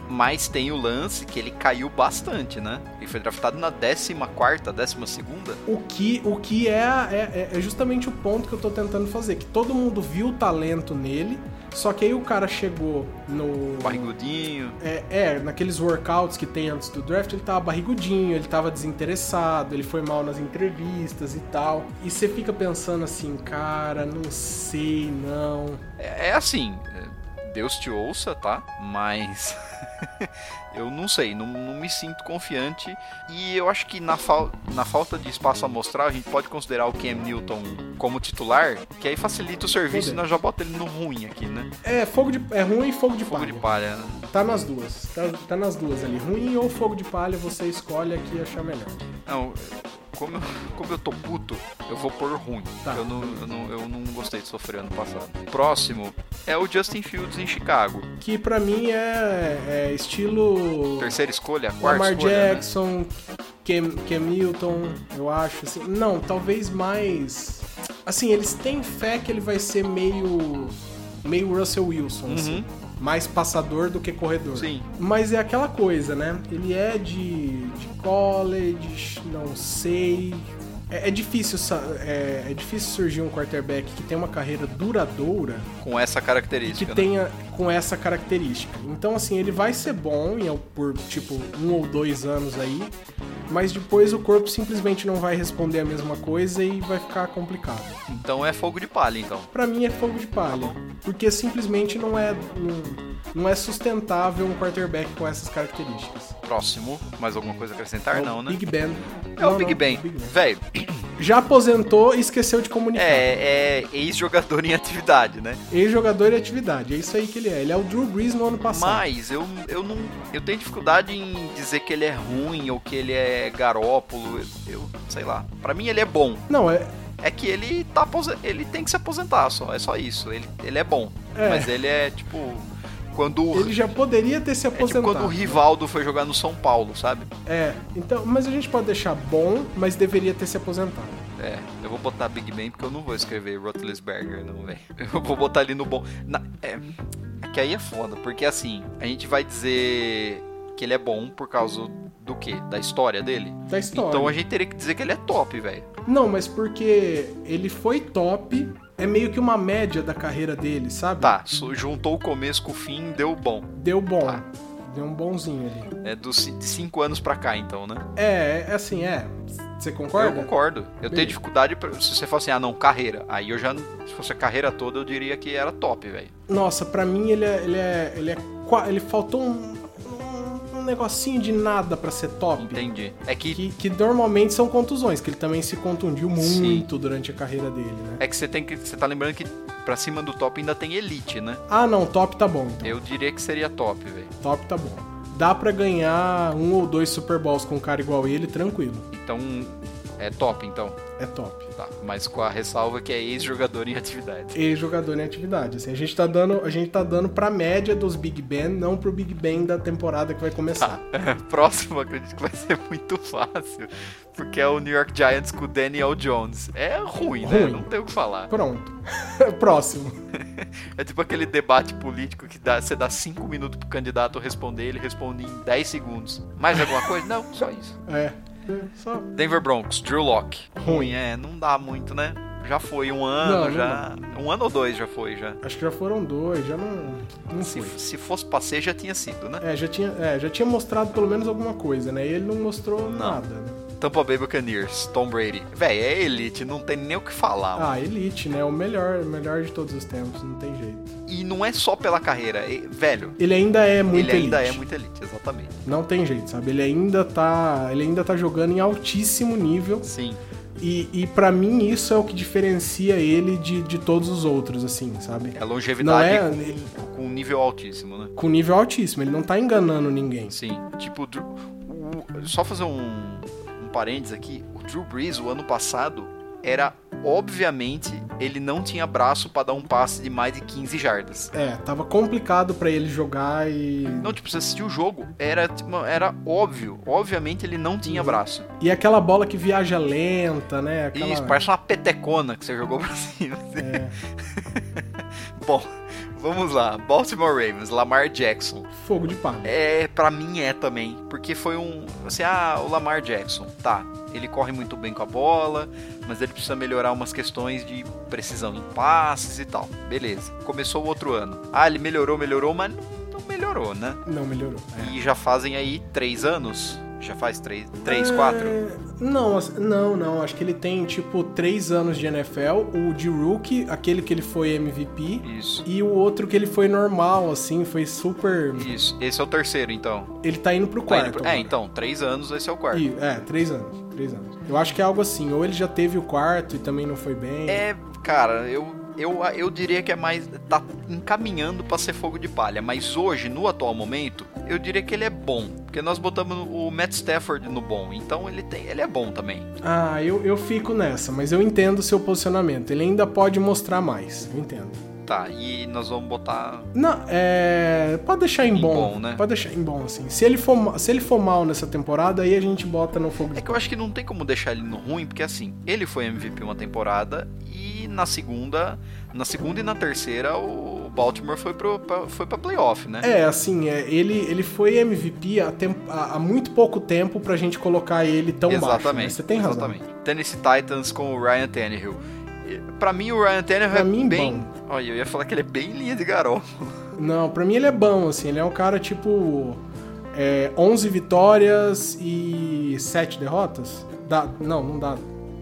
Mas tem o lance que ele caiu bastante, né? Ele foi draftado na 14, 12.
O que, o que é, é, é justamente o ponto que eu tô tentando fazer, que todo mundo viu o talento nele, só que aí o cara chegou no...
Barrigudinho.
É, é, naqueles workouts que tem antes do draft, ele tava barrigudinho, ele tava desinteressado, ele foi mal nas entrevistas e tal. E você fica pensando assim, cara, não sei, não.
É, é assim, é, Deus te ouça, tá? Mas. eu não sei, não, não me sinto confiante. E eu acho que na, fal- na falta de espaço a mostrar, a gente pode considerar o Cam Newton como titular, que aí facilita o serviço e
Poder.
nós já bota ele no ruim aqui, né?
É, fogo de, é ruim e fogo de
Fogo
palha.
de palha, né?
Tá nas duas. Tá, tá nas duas ali. Ruim ou fogo de palha, você escolhe a que achar melhor.
Não, como eu, como eu tô puto, eu vou pôr ruim.
Tá.
Eu, não, eu, não, eu não gostei de sofrer ano passado. Próximo é o Justin Fields em Chicago.
Que pra mim é, é estilo
Terceira escolha, quarta
Lamar
escolha. né?
Jackson, Cam, Cam Newton, eu acho. Assim. Não, talvez mais. Assim, eles têm fé que ele vai ser meio. meio Russell Wilson, assim. Mais passador do que corredor.
Uhum, Sim.
Mas é aquela coisa, né? Ele é de, de college, não sei. É, é difícil, sa- é, é difícil surgir um quarterback que tem uma carreira duradoura
Com essa característica.
que
né?
tenha com essa característica. Então, assim, ele vai ser bom em al- por, tipo, um ou dois anos aí, mas depois o corpo simplesmente não vai responder a mesma coisa e vai ficar complicado.
Então é fogo de palha, então.
Pra mim é fogo de palha, porque simplesmente não é, não, não é sustentável um quarterback com essas características.
Próximo, mais alguma coisa a acrescentar?
é o
não, né?
Big Ben.
É
Não,
o
não,
Big Ben.
Big Ben.
Velho,
Já aposentou e esqueceu de comunicar.
é, é ex-jogador em atividade, né?
Ex-jogador de atividade, é isso aí que ele é. Ele é o Drew Brees no ano passado.
Mas eu, eu não. Eu tenho dificuldade em dizer que ele é ruim ou que ele é garópolo. Eu, eu sei lá. Pra mim ele é bom.
Não, é,
É que ele tá apose- ele tem que se aposentar só, é só isso. Ele, ele é bom,
É.
mas ele é tipo Quando o-
Ele já poderia ter se
é tipo
aposentado.
quando o Rivaldo foi jogar no São Paulo, sabe?
É, então, mas a gente pode deixar bom, mas deveria ter se aposentado.
É, eu vou botar Big Bang porque eu não vou escrever Rotlesberger, não, velho. Eu vou botar ali no bom. Na- é, é que aí é foda, porque assim, a gente vai dizer que ele é bom por causa do quê? Da história dele?
Da história.
Então a gente teria que dizer que ele é top, velho.
Não, mas porque ele foi top, é meio que uma média da carreira dele, sabe?
Tá, so- juntou o começo com o fim, deu bom.
Deu bom.
Tá.
Deu um bonzinho ali.
É dos ci- de 5 anos pra cá, então, né?
É, é assim, é. Você
Eu
concorda?
concordo. Eu tenho
Beleza.
dificuldade pra, se você falar assim, ah, não, carreira. Aí eu já, se fosse a carreira toda, eu diria que era top, velho.
Nossa, pra mim ele é, ele é, ele é qua- ele faltou um, um- um negocinho de nada pra ser top.
Entendi. É que,
Que, que normalmente são contusões, que ele também se contundiu
Sim.
muito durante a carreira dele, né?
é que você tem que você tá lembrando que pra cima do top ainda tem elite, né?
Ah, não, top tá bom. Então.
Eu diria que seria top, velho.
Top tá bom. Dá pra ganhar um ou dois Super Bowls com um cara igual ele, tranquilo.
Então é top, então.
É top.
Tá, mas com a ressalva que é ex-jogador em atividade.
E jogador em atividade. Assim, a gente tá dando, a gente tá dando pra média dos Big Ben, não pro Big Ben da temporada que vai começar.
Tá. Próximo, acredito que vai ser muito fácil, porque é o New York Giants com o Daniel Jones. É ruim, né?
Ruim.
Não tem o que falar.
Pronto. Próximo.
É tipo aquele debate político que dá, você dá 5 minutos pro candidato responder, ele responde em 10 segundos. Mais alguma coisa? Não, só isso.
É. Só
Denver Broncos, Drew Locke.
Ruim.
é, não dá muito, né? Já foi um ano,
Não, não
já. Um ano ou dois já foi, já.
Acho que já foram dois, já não. Não
Se,
foi.
se fosse pra ser, já tinha sido, né?
É já, tinha, é, já tinha mostrado pelo menos alguma coisa, né? E ele não mostrou nada. né?
Tampa Bay Buccaneers, Tom Brady. Véi, é elite, não tem nem o que falar.
Ah, Elite, né? O melhor, o melhor de todos os tempos, não tem jeito.
E não é só pela carreira, é- velho.
Ele ainda é muito
ele ainda
elite.
é muito elite, exatamente.
Não tem jeito, sabe? Ele ainda tá, ele ainda tá jogando em altíssimo nível.
Sim.
E, e para mim isso é o que diferencia ele de, de todos os outros, assim, sabe?
É longevidade
Não é-
com- com, um nível altíssimo, né?
Com nível altíssimo, ele não tá enganando ninguém.
Sim. Tipo, o Drew- o- só fazer um, um parênteses aqui. O Drew Brees, o ano passado, era obviamente ele não tinha braço pra dar um passe de mais de 15 jardas.
É, tava complicado pra ele jogar e.
Não, tipo, você assistiu o jogo, era, tipo, era óbvio. Obviamente ele não tinha braço.
E aquela bola que viaja lenta, né? Aquela...
Isso, parece uma petecona que você jogou pra cima. assim. Bom, vamos lá. Baltimore Ravens, Lamar Jackson.
Fogo de palha.
É, pra mim é também. Porque foi um. Assim, ah, o Lamar Jackson, tá. Ele corre muito bem com a bola, mas ele precisa melhorar umas questões de precisão em passes e tal. Beleza. Começou o outro ano. Ah, ele melhorou, melhorou, mas não não melhorou, né?
Não melhorou.
E já fazem aí três anos? Já faz três, três quatro?
É, Não, ass- não, não. Acho que ele tem, tipo, três anos de NFL. O de rookie, aquele que ele foi MVP.
Isso.
E o outro que ele foi normal, assim, foi super.
Isso. Esse é o terceiro, então.
Ele tá indo pro
Tá indo
quarto.
pro-
agora.
É, então, três anos, esse é o quarto.
E- é, três anos. Três anos. Eu acho que é algo assim. Ou ele já teve o quarto e também não foi bem.
É, cara, eu, eu, eu diria que é mais. tá encaminhando pra ser fogo de palha. Mas hoje, no atual momento, eu diria que ele é bom. Porque nós botamos o Matt Stafford no bom. Então ele, tem, ele é bom também.
Ah, eu, eu fico nessa, mas eu entendo o seu posicionamento. Ele ainda pode mostrar mais. Eu entendo.
Tá, e nós vamos botar.
Não, é. Pode deixar em,
Em
bom.
bom, né?
Pode deixar em bom, assim. Se ele, for, ma- se ele for mal nessa temporada, aí a gente bota no fogo.
É que eu acho que não tem como deixar ele no ruim, porque assim, ele foi MVP uma temporada e na segunda. Na segunda e na terceira, o Baltimore foi, pro, pra, foi pra playoff, né?
É, assim, é, ele, ele foi MVP há, tem- há- há muito pouco tempo pra gente colocar ele tão baixo. né?
exatamente.
Você tem razão.
Exatamente. Tennessee Titans com o Ryan Tannehill. E, Pra mim, o Ryan Tannehill
Pra
é
mim,
bem. Olha, eu ia falar que ele é bem linha de garoto.
Não, pra mim ele é bom, assim. Ele é um cara tipo. é, 11 vitórias e 7 derrotas? Dá, não, não dá.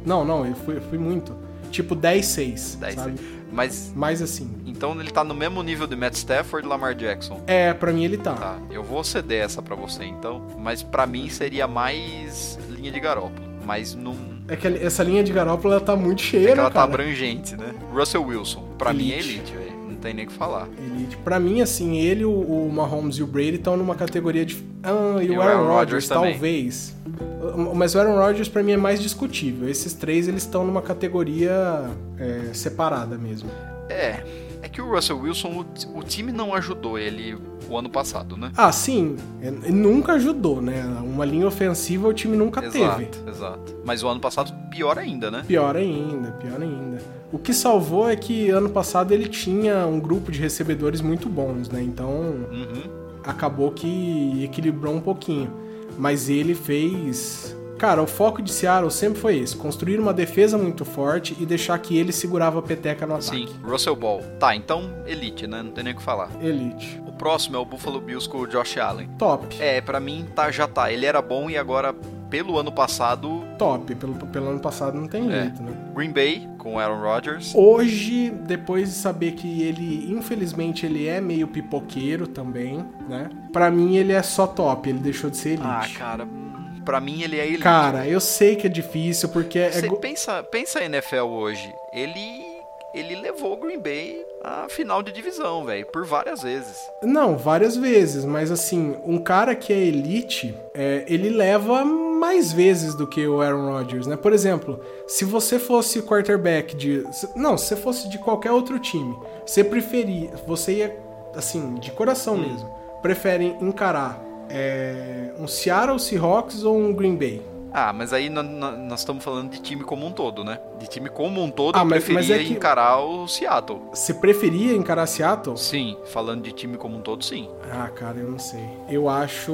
Não, não, eu fui, eu fui muito. Tipo 10-6.
10-6.
sabe?
Mas
Mas assim.
então ele tá no mesmo nível de Matt Stafford e Lamar Jackson.
É, pra mim ele tá.
Tá, eu vou ceder essa pra você então. Mas pra mim seria mais linha de garoto. Mas não.
É que essa linha de garópola ela tá muito cheia,
É que
né,
ela tá
cara?
abrangente, né? Russell Wilson, pra mim é
Elite.
elite, velho. Não tem nem o que falar.
Elite. Pra mim, assim, ele, o, o Mahomes e o Brady estão numa categoria de. Ah, e o Aaron Rodgers,
também.
talvez. Mas o Aaron Rodgers, pra mim, é mais discutível. Esses três, eles estão numa categoria é, separada mesmo.
É. É que o Russell Wilson, o, o time não ajudou ele o ano passado, né?
Ah, sim. É, Nunca ajudou, né? Uma linha ofensiva o time nunca
exato,
teve.
exato. Mas o ano passado, pior ainda, né?
Pior ainda, pior ainda. O que salvou é que ano passado ele tinha um grupo de recebedores muito bons, né? Então
Uhum.
acabou que equilibrou um pouquinho. Mas ele fez. Cara, o foco de Seattle sempre foi esse: construir uma defesa muito forte e deixar que ele segurava a peteca no
Sim,
ataque.
Russell Ball. Tá, então elite, né? Não tem nem o que falar.
Elite.
O próximo é o Buffalo Bills com o Josh Allen.
Top.
É, pra mim tá, já tá. Ele era bom e agora, pelo ano passado,
Top. Pelo, pelo ano passado não tem
É.
jeito, né?
Green Bay com o Aaron Rodgers.
Hoje, depois de saber que ele, infelizmente, ele é meio pipoqueiro também, né? Pra mim ele é só top, ele deixou de ser elite.
Ah, cara, hum, pra mim ele é elite.
Cara, eu sei que é difícil, porque é.
Você
go-
pensa, pensa a NFL hoje. Ele ele levou o Green Bay à final de divisão, velho, por várias vezes.
Não, várias vezes, mas assim, um cara que é elite, é, ele leva mais vezes do que o Aaron Rodgers, né? Por exemplo, se você fosse quarterback de. se- Não, se você fosse de qualquer outro time, você preferia. Você ia, assim, de coração mesmo, prefere encarar é, um Seattle Seahawks ou um Green Bay?
Ah, mas aí nó- nó- nós estamos falando de time como um todo, né? De time como um todo,
Ah,
eu
mas-
preferia
mas é que-
encarar o Seattle.
Você preferia encarar Seattle?
Sim, falando de time como um todo, sim.
Ah, cara, eu não sei. Eu acho.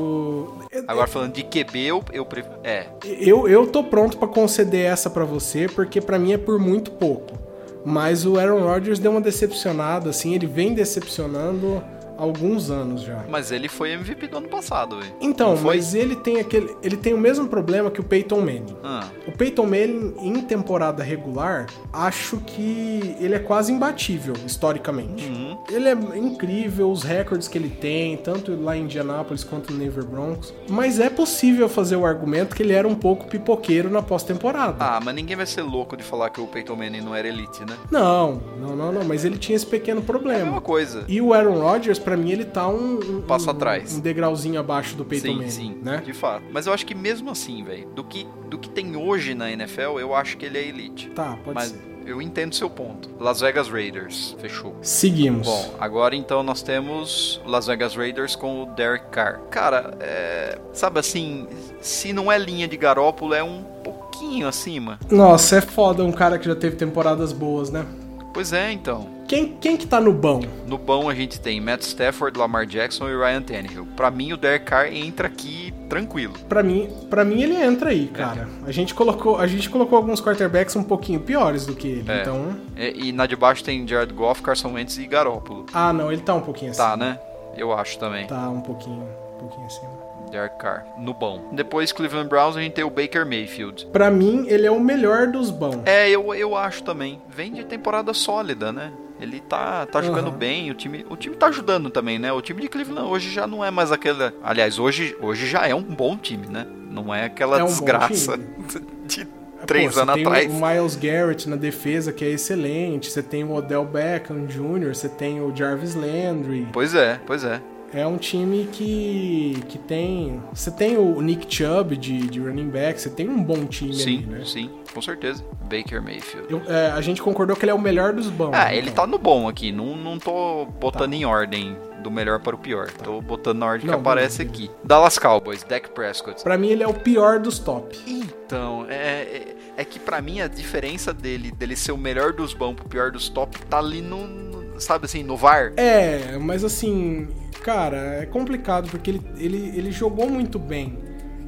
eu-
Agora falando de QB, eu, eu prefiro... É,
Eu, eu tô pronto pra conceder essa pra você, porque pra mim é por muito pouco. Mas o Aaron Rodgers deu uma decepcionada, assim, ele vem decepcionando há alguns anos já.
mas ele foi MVP do ano passado, velho.
Então,
Não foi?
mas ele tem aquele, ele tem o mesmo problema que o Peyton Manning.
Ah,
O Peyton Manning em temporada regular, acho que ele é quase imbatível historicamente.
uhum.
Ele é incrível, os recordes que ele tem, tanto lá em Indianápolis quanto no Denver Broncos. Mas é possível fazer o argumento que ele era um pouco pipoqueiro na pós-temporada.
Ah, mas ninguém vai ser louco de falar que o Peyton Manning não era elite, né?
Não, não, não, não, mas ele tinha esse pequeno
É a mesma
problema.
coisa.
E o Aaron Rodgers, pra mim, ele tá um, um-
Passo
um-
atrás.
um degrauzinho abaixo do Peyton
sim,
Manning,
sim,
né?
de fato. Mas eu acho que mesmo assim, velho, do que, do que tem hoje na NFL, eu acho que ele é elite.
Tá, pode
Mas
ser.
eu entendo seu ponto. Las Vegas Raiders, fechou.
Seguimos.
Bom, agora então nós temos Las Vegas Raiders com o Derek Carr. Cara, é, sabe assim, se não é linha de Garópolo, é um pouquinho acima.
Nossa, é foda um cara que já teve temporadas boas, né?
Pois é, então.
Quem, quem que tá no bom?
No bom a gente tem Matt Stafford, Lamar Jackson e Ryan Tannehill. Pra mim o Derek Carr entra aqui tranquilo.
Pra mim, pra mim ele entra
É.
aí, cara. A gente colocou, a gente colocou alguns quarterbacks um pouquinho piores do que ele,
É.
então...
E, e na de baixo tem Jared Goff, Carson Wentz e Garópolo.
Ah, não, ele tá um pouquinho
Tá,
acima.
né? Eu acho também.
Tá um pouquinho, um pouquinho acima.
Derek Carr, no bom. Depois Cleveland Browns a gente tem o Baker Mayfield.
Pra mim, ele é o melhor dos bons.
É, eu, eu acho também. Vem de temporada sólida, né? Ele tá, tá jogando
Aham.
bem, o time, o time tá ajudando também, né? O time de Cleveland hoje já não é mais aquela. Aliás, hoje, hoje já é um bom time, né? Não é aquela
É um bom É,
desgraça de É, três
Pô,
anos
você
atrás.
Tem o Miles Garrett na defesa, que é excelente. Você tem o Odell Beckham Jr., você tem o Jarvis Landry.
Pois é, pois é.
É um time que, que tem. Você tem o Nick Chubb de, de running back, você tem um bom time
Sim,
ali, né?
sim, com certeza. Baker Mayfield.
Eu- é, a gente concordou que ele é o melhor dos bons.
Ah, ele
então. Tá.
tá no bom aqui. Não, não tô botando em ordem do melhor para o pior. Tô botando na ordem que
Não,
aparece
beleza.
aqui. Dallas Cowboys, Dak Prescott.
Pra mim, ele é o pior dos top.
Então, é, é, é que pra mim a diferença dele, dele ser o melhor dos bons pro pior dos top, tá ali no, no- sabe assim, no VAR.
É, mas assim, cara, é complicado porque ele, ele, ele jogou muito bem.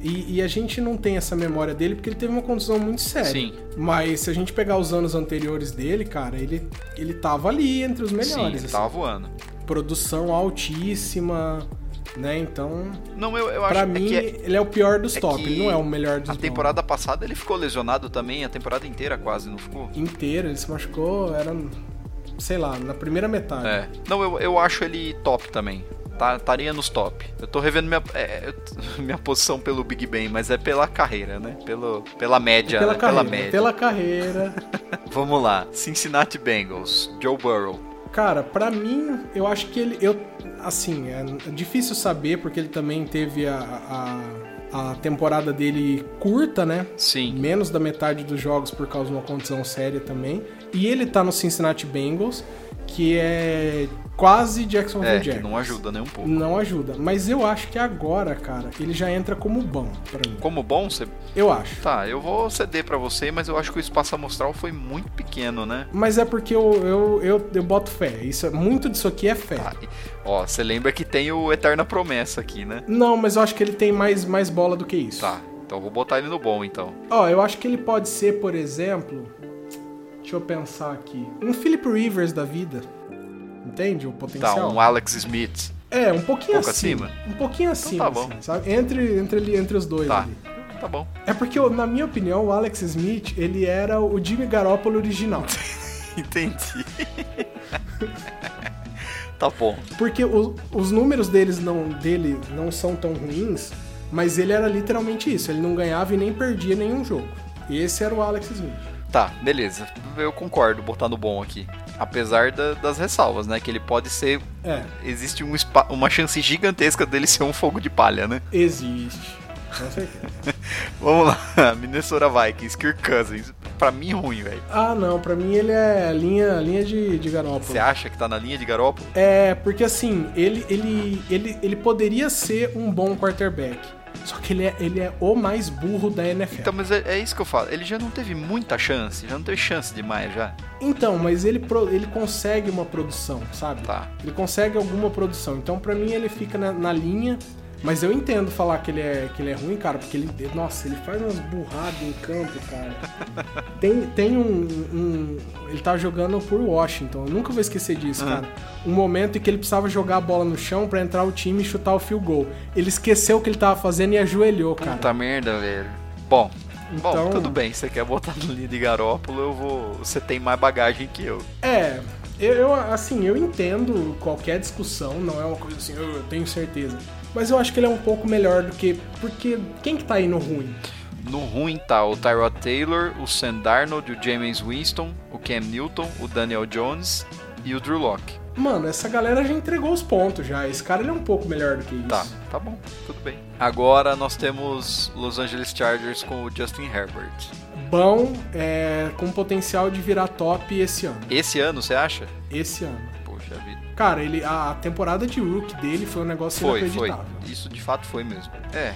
E, e a gente não tem essa memória dele porque ele teve uma condição muito séria.
Sim.
Mas se a gente pegar os anos anteriores dele, cara, ele, ele tava ali entre os
Sim,
melhores.
ele
assim.
tava voando.
Produção altíssima, né? Então,
Não, eu, eu acho
pra
é
mim,
que é-
ele é o pior dos
é
top.
que
Ele não é o melhor dos
a
bons.
temporada passada ele ficou lesionado também, a temporada inteira quase, não ficou?
inteira, ele se machucou, era, sei lá, na primeira metade.
É. Não, eu, eu acho ele top também. Tá, estaria nos top. Eu tô revendo minha, é, eu t- minha posição pelo Big Bang, mas é pela carreira, né? Pelo, pela média,
É Pela
né?
carreira,
pela média.
pela carreira.
Vamos lá. Cincinnati Bengals, Joe Burrow.
Cara, pra mim, eu acho que ele. Eu, assim, é difícil saber, porque ele também teve a, a, a temporada dele curta, né?
Sim.
Menos da metade dos jogos por causa de uma condição séria também. E ele tá no Cincinnati Bengals, que é quase Jacksonville
É, que
Jaguars.
não ajuda nem um pouco.
Não ajuda. Mas eu acho que agora, cara, ele já entra como bom pra mim.
Como bom, você.
Eu acho.
Tá, eu vou ceder pra você, mas eu acho que o espaço amostral foi muito pequeno, né?
Mas é porque eu, eu, eu, eu boto fé. Isso, é- muito disso aqui é fé.
Tá. Ó, você lembra que tem o Eterna Promessa aqui, né?
Não, mas eu acho que ele tem mais, mais bola do que isso.
Tá, então eu vou botar ele no bom, então.
Ó, eu acho que ele pode ser, por exemplo. Deixa eu pensar aqui. Um Philip Rivers da vida. Entende o
Tá,
potencial?
um Alex Smith.
É, um pouquinho
Pouco
acima. Um pouquinho acima,
tá bom.
assim, sabe? Entre, entre, ali- entre os dois
Tá,
ali.
tá bom.
É porque, eu- na minha opinião, o Alex Smith, ele era o Jimmy Garoppolo original.
Entendi. tá bom.
Porque o- os números deles não, dele não são tão ruins, mas ele era literalmente isso. Ele não ganhava e nem perdia nenhum jogo. Esse era o Alex Smith.
Tá, beleza. Eu concordo botar no bom aqui. Apesar da- das ressalvas, né? Que ele pode ser.
É,
Existe um espa- uma chance gigantesca dele ser um fogo de palha, né?
existe. Com certeza.
Vamos lá. Minnesota Vikings, Kirk Cousins. Pra mim, ruim, velho.
ah, não. Pra mim, ele é linha, linha de, de Garoppolo.
Você acha que tá na linha de garoto?
É, porque assim, ele, ele, ele, ele poderia ser um bom quarterback. Só que ele é, ele é o mais burro da
Então,
NFL. Então,
mas é, é isso que eu falo. Ele já não teve muita chance. Já não teve chance demais, já.
Então, mas ele, pro- ele consegue uma produção, sabe?
Tá.
Ele consegue alguma produção. Então, pra mim, ele fica na, na linha. Mas eu entendo falar que ele é, que ele é ruim, cara, porque ele. Nossa, ele faz umas burradas em campo, cara. Tem, tem um, um- Ele tá jogando por Washington. Eu nunca vou esquecer disso, cara. Um momento em que ele precisava jogar a bola no chão pra entrar o time e chutar o field goal. Ele esqueceu o que ele tava fazendo e ajoelhou, cara.
Puta merda, velho. Bom. Bom,
Então-
tudo bem, você quer botar na linha de garópolo, eu vou. Você tem mais bagagem que eu.
É, eu, eu, assim, eu entendo qualquer discussão, não é uma coisa assim, eu, eu tenho certeza. Mas eu acho que ele é um pouco melhor do que. Porque quem que tá aí no ruim?
No ruim tá o Tyrod Taylor, o Sam Darnold, o James Winston, o Cam Newton, o Daniel Jones e o Drew Locke.
Mano, essa galera já entregou os pontos já. Esse cara ele é um pouco melhor do que isso.
Tá, tá bom, tudo bem. Agora nós temos Los Angeles Chargers com o Justin Herbert.
Bom, é, com potencial de virar top esse ano.
Esse ano, você acha?
Esse ano.
Poxa vida.
Cara, ele, a temporada de rookie dele foi um negócio
Foi, foi.
inacreditável.
Isso de fato foi mesmo. É,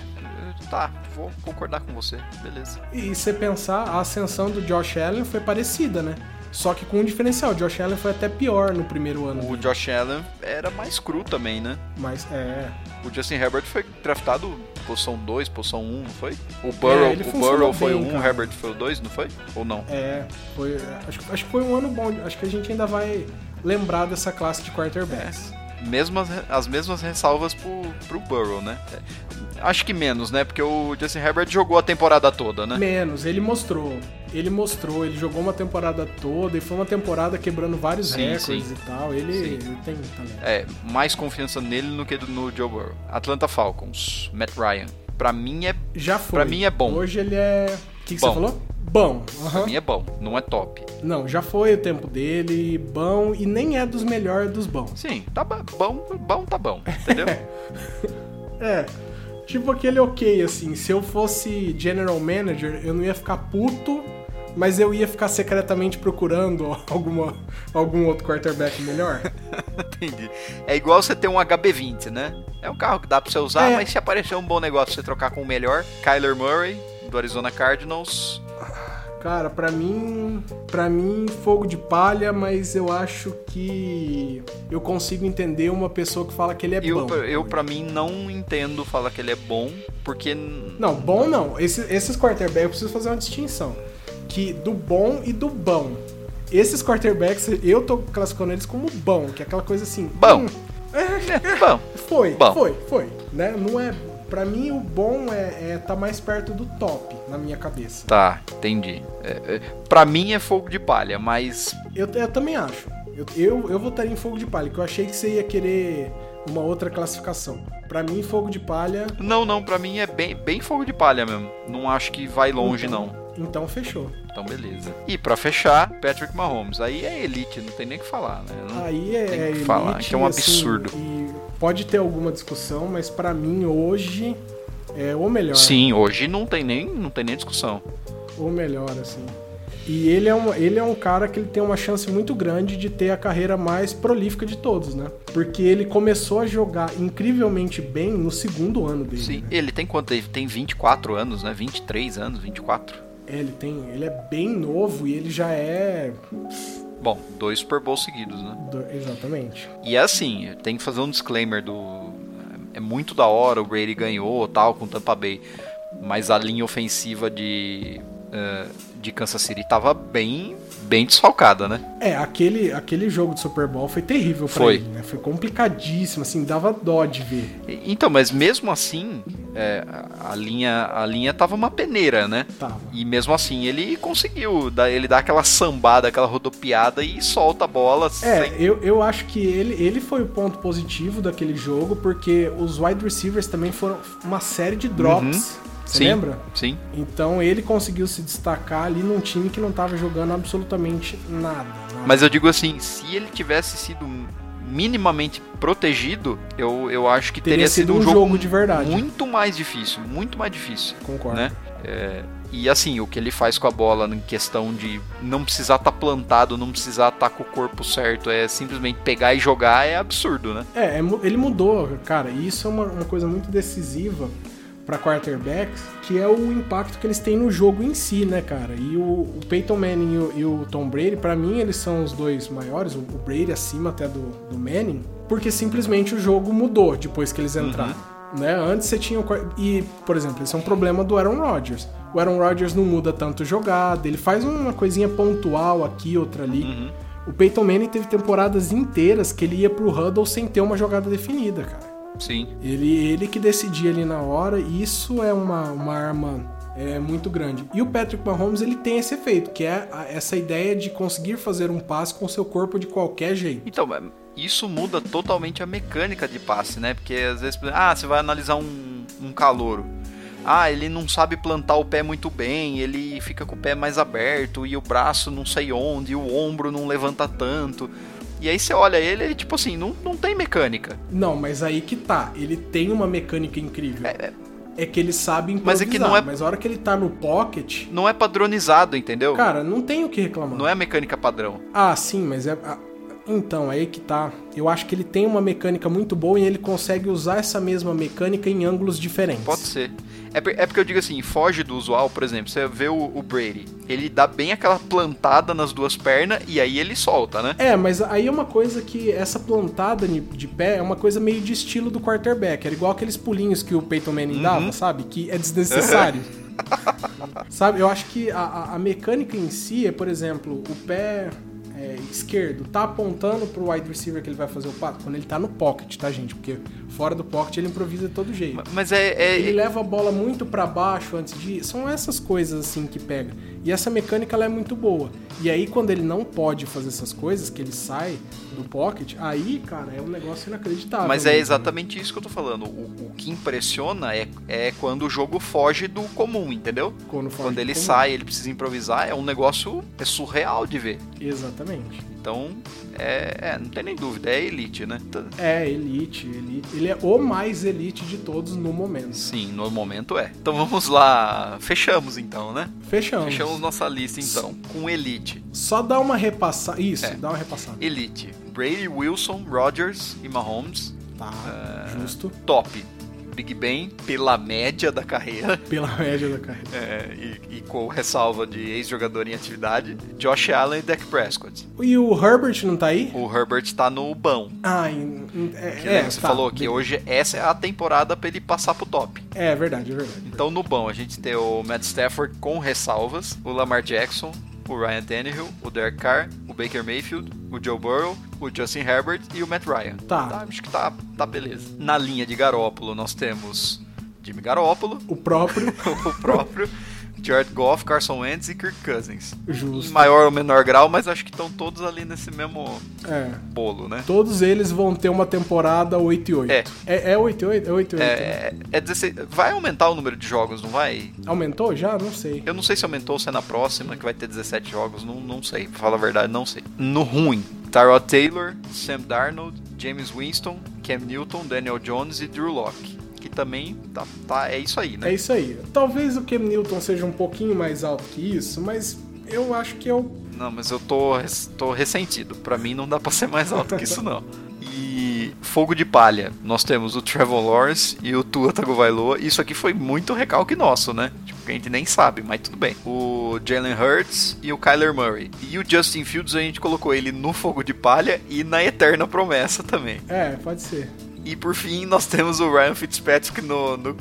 tá, vou concordar com você. Beleza.
E se você pensar, a ascensão do Josh Allen foi parecida, né? Só que com um diferencial. O Josh Allen foi até pior no primeiro ano.
O Josh Allen era mais cru também, né?
Mas, é.
O Justin Herbert foi draftado posição 2, posição 1, um, não foi? O Burrow,
É, ele
o
funcionou
Burrow foi o 1,
bem,
um, o
cara.
Herbert foi o 2, não foi? Ou não?
É, foi, acho, que- acho que foi um ano bom. Acho que a gente ainda vai lembrar dessa classe de quarterbacks.
mesmas, as mesmas ressalvas pro, pro Burrow, né? É, Acho que menos, né? Porque o Justin Herbert jogou a temporada toda, né?
Menos, ele mostrou. Ele mostrou, ele jogou uma temporada toda e foi uma temporada quebrando vários
Sim,
recordes
sim.
e tal. Ele,
Sim.
ele tem talento.
É, mais confiança nele do que do- no Joe Burrow. Atlanta Falcons, Matt Ryan. Pra mim é,
Já foi.
Pra mim é bom.
Hoje ele é. O que, que você
Bom.
falou? Bom. aham.
pra mim é bom, não é top.
Não, já foi o tempo dele, bom, e nem é dos melhores dos bons.
Sim, tá ba- bom, bom tá bom, entendeu?
É. Tipo aquele ok, assim, se eu fosse general manager, eu não ia ficar puto, mas eu ia ficar secretamente procurando alguma, algum outro quarterback melhor.
Entendi. É igual você ter um HB20, né? É um carro que dá pra você usar,
É.
mas se aparecer um bom negócio pra você trocar com o melhor, Kyler Murray, do Arizona Cardinals.
Cara, pra mim, para mim fogo de palha, mas eu acho que eu consigo entender uma pessoa que fala que ele é
eu,
bom.
eu, pra mim, não entendo falar que ele é bom, porque
Não, bom não. Esse- esses quarterbacks, eu preciso fazer uma distinção. Que do bom e do bom. Esses quarterbacks, eu tô classificando eles como bom, que é aquela coisa assim.
Bom.
hum,
é Bom,
foi,
Bom.
foi, foi. Né? Não é. Pra mim, o bom é, é tá mais perto do top, na minha cabeça.
tá, entendi. É, é, pra mim é fogo de palha, mas
Eu, eu também acho. Eu, eu, eu votaria em fogo de palha, que eu achei que você ia querer uma outra classificação. Pra mim, fogo de palha,
não, não, pra mim é bem, bem fogo de palha mesmo. Não acho que vai longe, não.
então fechou.
Então, beleza. E pra fechar, Patrick Mahomes. Aí é elite, não tem nem o que falar, né? Não-
Aí é,
Tem que
é
falar,
elite,
que é um
assim,
absurdo.
e pode ter alguma discussão, mas pra mim hoje é o melhor.
Sim, hoje não tem nem, não tem nem discussão.
O melhor, assim. E ele é, um, ele é um cara que ele tem uma chance muito grande de ter a carreira mais prolífica de todos, né? Porque ele começou a jogar incrivelmente bem no segundo ano dele.
Sim,
né?
ele tem quanto? Ele tem 24 anos, né? 23 anos, 24.
É, ele tem. Ele é bem novo e ele já é.
Bom, dois Super Bowls seguidos, né?
do- Exatamente.
E é assim, tem que fazer um disclaimer do. É muito da hora, o Brady ganhou tal, com Tampa Bay. Mas a linha ofensiva de, eh, de Kansas City tava bem, bem desfalcada, né?
É, aquele, aquele jogo de Super Bowl foi terrível pra
Foi.
ele, né? Foi complicadíssimo, assim, dava dó de ver.
E- Então, mas mesmo assim, eh, a, a linha, a linha tava uma peneira, né?
Tava.
E mesmo assim ele conseguiu, dá- ele dá aquela sambada, aquela rodopiada e solta a bola.
É,
sem-
eu, eu acho que ele, ele foi o ponto positivo daquele jogo, porque os wide receivers também foram uma série de drops. Você
Uhum. Sim.
lembra?
Sim.
Então ele conseguiu se destacar ali num time que não tava jogando absolutamente nada. nada.
Mas eu digo assim, se ele tivesse sido minimamente protegido, eu, eu acho que teria, sido, um jogo,
de verdade.
muito mais difícil, muito mais difícil,
Concordo.
né? É, e assim, o que ele faz com a bola em questão de não precisar estar plantado, não precisar estar com o corpo certo, é simplesmente pegar e jogar é absurdo, né?
É, é mu- ele mudou, cara, e isso é uma, uma coisa muito decisiva pra quarterbacks, que é o impacto que eles têm no jogo em si, né, cara? E o, o Peyton Manning e o, e o Tom Brady, pra mim, eles são os dois maiores, o, o Brady acima até do, do Manning, porque simplesmente o jogo mudou depois que eles entraram. Né? Antes você tinha. o quar- E, por exemplo, esse é um problema do Aaron Rodgers. O Aaron Rodgers não muda tanto jogada, ele faz uma coisinha pontual aqui, outra ali.
Uhum.
O Peyton Manning teve temporadas inteiras que ele ia pro huddle sem ter uma jogada definida, cara.
Sim.
Ele, ele que decidia ali na hora, e isso é uma, uma arma é, muito grande. E o Patrick Mahomes, ele tem esse efeito, que é a- essa ideia de conseguir fazer um passe com o seu corpo de qualquer jeito.
Então, é, isso muda totalmente a mecânica de passe, né? Porque às vezes, ah, você vai analisar um, um calouro. Ah, ele não sabe plantar o pé muito bem, ele fica com o pé mais aberto e o braço não sei onde, e o ombro não levanta tanto. E aí você olha ele, ele tipo assim, não, não tem mecânica.
Não, mas aí que tá. Ele tem uma mecânica incrível. É, que ele sabe improvisar,
Mas
mas,
é que não é-
a hora que ele tá no pocket...
Não é padronizado, entendeu?
Cara, não tem o que reclamar.
Não é mecânica padrão.
Ah, sim, mas é. ah, Então, aí que tá. Eu acho que ele tem uma mecânica muito boa e ele consegue usar essa mesma mecânica em ângulos diferentes.
Pode ser. É, por- é porque eu digo assim, foge do usual, por exemplo, você vê o, o Brady, ele dá bem aquela plantada nas duas pernas e aí ele solta, né?
É, mas aí é uma coisa que essa plantada ni- de pé é uma coisa meio de estilo do quarterback. Era igual aqueles pulinhos que o Peyton
Uhum.
Manning dava, sabe? Que é desnecessário. sabe? Eu acho que a, a- a mecânica em si é, por exemplo, o pé é, esquerdo tá apontando pro wide receiver que ele vai fazer o pato quando ele tá no pocket, tá, gente? Porque fora do pocket ele improvisa de todo jeito.
Mas é- é,
Ele leva a bola muito pra baixo antes de. São essas coisas assim que pega. E essa mecânica ela é muito boa. E aí, quando ele não pode fazer essas coisas, que ele sai do pocket, aí, cara, é um negócio inacreditável.
Mas é
né?
exatamente isso que eu tô falando. O, o que impressiona é, é quando o jogo foge do comum, entendeu?
Quando, foge
Quando ele
do comum.
sai, ele precisa improvisar, é um negócio é surreal de ver.
Exatamente.
Então, é, é, não tem nem dúvida, é elite, né? Tá-
É, elite, elite. Ele é o mais elite de todos no momento.
Sim, no momento é. Então vamos lá, fechamos então, né?
Fechamos.
Fechamos nossa lista então, com elite.
Só dá uma repassada. Isso,
É.
dá uma repassada.
Elite, Brady, Wilson, Rodgers e Mahomes,
Tá,
Ah.
justo.
top. Big Ben, pela média da carreira,
Pela média da carreira.
É, e, e com ressalva de ex-jogador em atividade, Josh Allen e Dak Prescott.
E o Herbert não tá aí?
O Herbert tá no bão.
Ah, em- em- é,
Que,
é,
né, você
tá.
falou que hoje essa é a temporada pra ele passar pro top.
É verdade, é verdade.
Então no bão a gente tem o Matt Stafford com ressalvas, o Lamar Jackson, o Ryan Tannehill, o Derek Carr, o Baker Mayfield, o Joe Burrow, o Justin Herbert e o Matt Ryan.
Tá.
acho que tá, tá beleza. Na linha de Garópolo nós temos Jimmy Garópolo,
O próprio,
o próprio Jared Goff, Carson Wentz e Kirk Cousins. Em
justo.
maior ou menor grau, mas acho que estão todos ali nesse mesmo
É.
bolo, né?
Todos eles vão ter uma temporada 8 e 8.
É.
É, é 8 e 8? É 8 e 8. né?
É, é 16 vai aumentar o número de jogos, não vai?
Aumentou já? Não sei.
Eu não sei se aumentou, se é na próxima, que vai ter 17 jogos, não, não sei, pra falar a verdade, não sei. No ruim, Tyrod Taylor, Sam Darnold, James Winston, Cam Newton, Daniel Jones e Drew Locke. Que também tá, tá- é isso aí, né?
É isso aí. Talvez o Cam Newton seja um pouquinho mais alto que isso, mas eu acho que eu.
Não, mas eu tô, tô ressentido. Pra mim não dá pra ser mais alto que isso, não. E Fogo de Palha. Nós temos o Trevor Lawrence e o Tua Tagovailoa. Isso aqui foi muito recalque nosso, né? Tipo, que a gente nem sabe, mas tudo bem. O Jalen Hurts e o Kyler Murray. E o Justin Fields, a gente colocou ele no Fogo de Palha e na Eterna Promessa também.
É, pode ser.
E por fim, nós temos o Ryan Fitzpatrick no, no-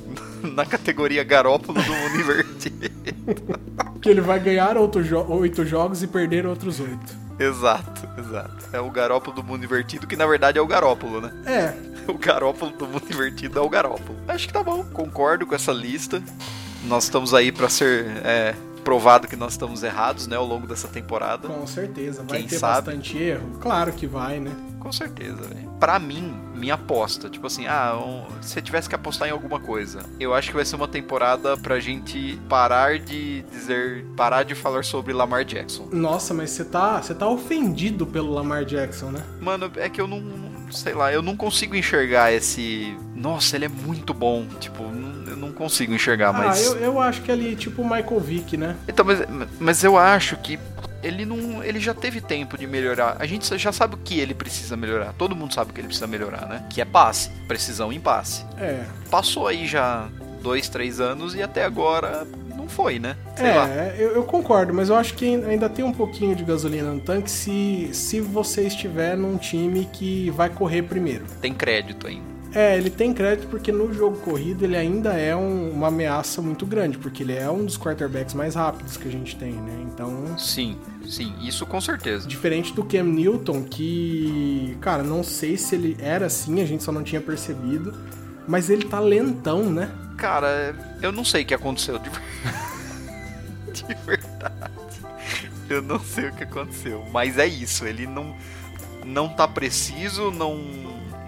na categoria Garópolo do Mundo Invertido.
Que ele vai ganhar outro jo- oito jogos e perder outros oito.
exato, exato. É o Garópolo do Mundo Invertido, que na verdade é o Garópolo, né?
É,
O Garópolo do Mundo Invertido é o Garópolo. Acho que tá bom, concordo com essa lista. Nós estamos aí pra ser é, provado que nós estamos errados, né, ao longo dessa temporada.
com certeza. Vai
Quem
ter
sabe?
bastante erro. Claro que vai, né?
Com certeza, velho. Pra mim, minha aposta, tipo assim, ah, um- se eu tivesse que apostar em alguma coisa, eu acho que vai ser uma temporada pra gente parar de dizer, parar de falar sobre Lamar Jackson.
Nossa, mas você tá, você tá ofendido pelo Lamar Jackson, né?
Mano, é que eu não, sei lá, eu não consigo enxergar esse, nossa, ele é muito bom, tipo, não- eu não consigo enxergar, mas...
Ah, eu, eu acho que ali, tipo o Michael Vick, né?
Então, mas, mas eu acho que ele não. Ele já teve tempo de melhorar. A gente já sabe o que ele precisa melhorar. Todo mundo sabe o que ele precisa melhorar, né? Que é passe. Precisão em passe.
É.
Passou aí já dois, três anos e até agora não foi, né? Sei
é,
lá.
eu, eu concordo, mas eu acho que ain- ainda tem um pouquinho de gasolina no tanque se, se você estiver num time que vai correr primeiro.
Tem crédito ainda.
É, ele tem crédito porque no jogo corrido ele ainda é um- uma ameaça muito grande, porque ele é um dos quarterbacks mais rápidos que a gente tem, né? Então,
Sim, sim, isso com certeza.
diferente do Cam Newton, que, cara, não sei se ele era assim, a gente só não tinha percebido, mas ele tá lentão, né?
Cara, eu não sei o que aconteceu de, ver- de verdade. Eu não sei o que aconteceu, mas é isso, ele não não tá preciso, não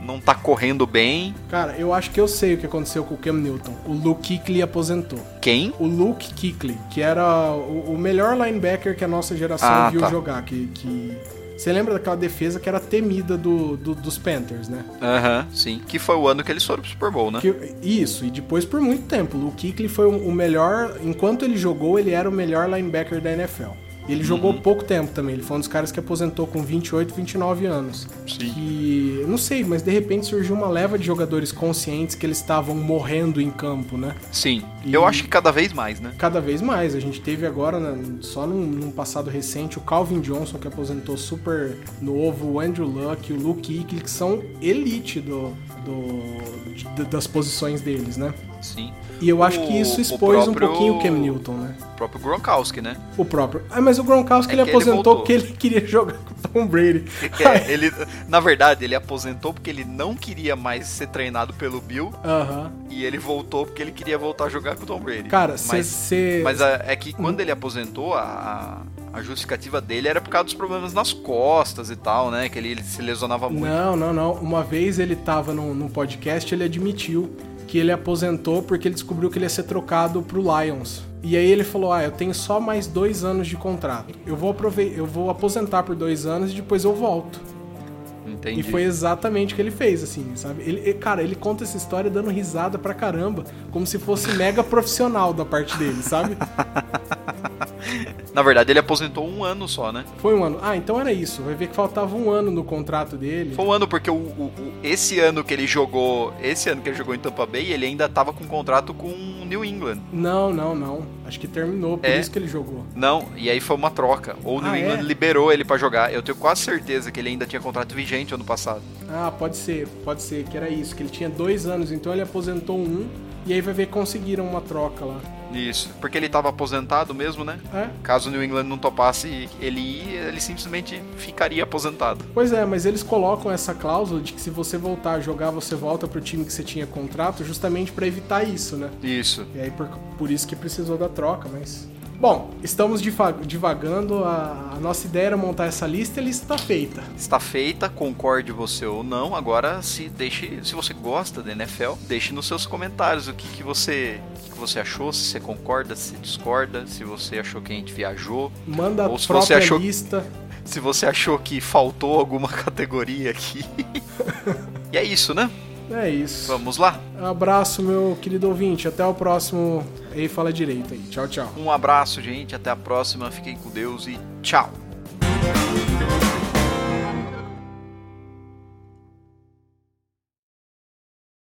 não tá correndo bem.
Cara, eu acho que eu sei o que aconteceu com o Cam Newton. O Luke Kuechly aposentou.
Quem?
O Luke Kuechly, que era o, o melhor linebacker que a nossa geração
Ah,
viu
tá.
jogar, que, que... Você lembra daquela defesa que era temida do- do, dos Panthers, né?
Aham, sim, que foi o ano que eles foram pro Super Bowl, né?
Que- isso, e depois por muito tempo. O Kikli foi o o melhor. Enquanto ele jogou, ele era o melhor linebacker da NFL. E ele jogou
Uhum.
pouco tempo também. Ele foi um dos caras que aposentou com 28, 29 anos.
Sim.
Que. eu Não sei, mas de repente surgiu uma leva de jogadores conscientes que eles estavam morrendo em campo, né?
Sim.
E-
Eu acho que cada vez mais, né?
Cada vez mais. A gente teve agora, né, só num, num passado recente, o Calvin Johnson, que aposentou super novo, o Andrew Luck, o Luke Kuechly, que são elite do, do, de- das posições deles, né?
Sim.
E eu acho
O-
que isso
o
expôs
próprio-
um pouquinho o Cam Newton, né?
O próprio Gronkowski, né?
O próprio. Ah, mas o Gronkowski
É
ele
que ele
aposentou
voltou.
porque ele queria jogar com o Tom Brady.
É, ele, na verdade, ele aposentou porque ele não queria mais ser treinado pelo Bill
Aham.
E ele voltou porque ele queria voltar a jogar com o Tom Brady.
Cara,
mas,
você.
mas a- é que quando ele aposentou, a, a justificativa dele era por causa dos problemas nas costas e tal, né? Que ele, ele se lesionava muito.
Não, não, não. Uma vez ele tava num, num podcast, ele admitiu que ele aposentou porque ele descobriu que ele ia ser trocado pro Lions. E aí ele falou: Ah, eu tenho só mais dois anos de contrato. Eu vou aprove... eu vou aposentar por dois anos e depois eu volto.
Entendi.
E foi exatamente o que ele fez, assim, sabe? Ele, ele- cara, ele conta essa história dando risada pra caramba, como se fosse mega profissional da parte dele, sabe?
Na verdade, ele aposentou um ano só, né?
Foi um ano. Ah, então era isso. Vai ver que faltava um ano no contrato dele.
Foi um ano porque o, o- o- esse ano que ele jogou, esse ano que ele jogou em Tampa Bay, ele ainda tava com contrato com o New England.
Não, não, não. Acho que terminou, por
É?
isso que ele jogou.
Não, e aí foi uma troca. Ou o New
Ah, é?
England liberou ele pra jogar. Eu tenho quase certeza que ele ainda tinha contrato vigente ano passado.
Ah, pode ser, pode ser que era isso, que ele tinha dois anos, então ele aposentou um, e aí vai ver que conseguiram uma troca lá.
Isso. Porque ele tava aposentado mesmo, né?
É?
Caso o New England não topasse ele ir, ele simplesmente ficaria aposentado.
Pois é, mas eles colocam essa cláusula de que se você voltar a jogar, você volta pro time que você tinha contrato, justamente pra evitar isso, né?
Isso.
E aí por, por isso que precisou da troca, mas. Bom, estamos difa- divagando. A, a nossa ideia era montar essa lista e a lista tá feita.
Está feita, concorde você ou não. Agora, se deixe, se você gosta da NFL, deixe nos seus comentários o que, que você o que, que você achou, se você concorda, se discorda, se você achou que a gente viajou,
Manda a
Ou se
própria
você achou-
lista.
se você achou que faltou alguma categoria aqui. e é isso, né?
É isso.
Vamos lá?
Abraço, meu querido ouvinte. Até o próximo. Ei, fala direito aí. Tchau, tchau.
Um abraço, gente. Até a próxima. Fiquem com Deus e tchau.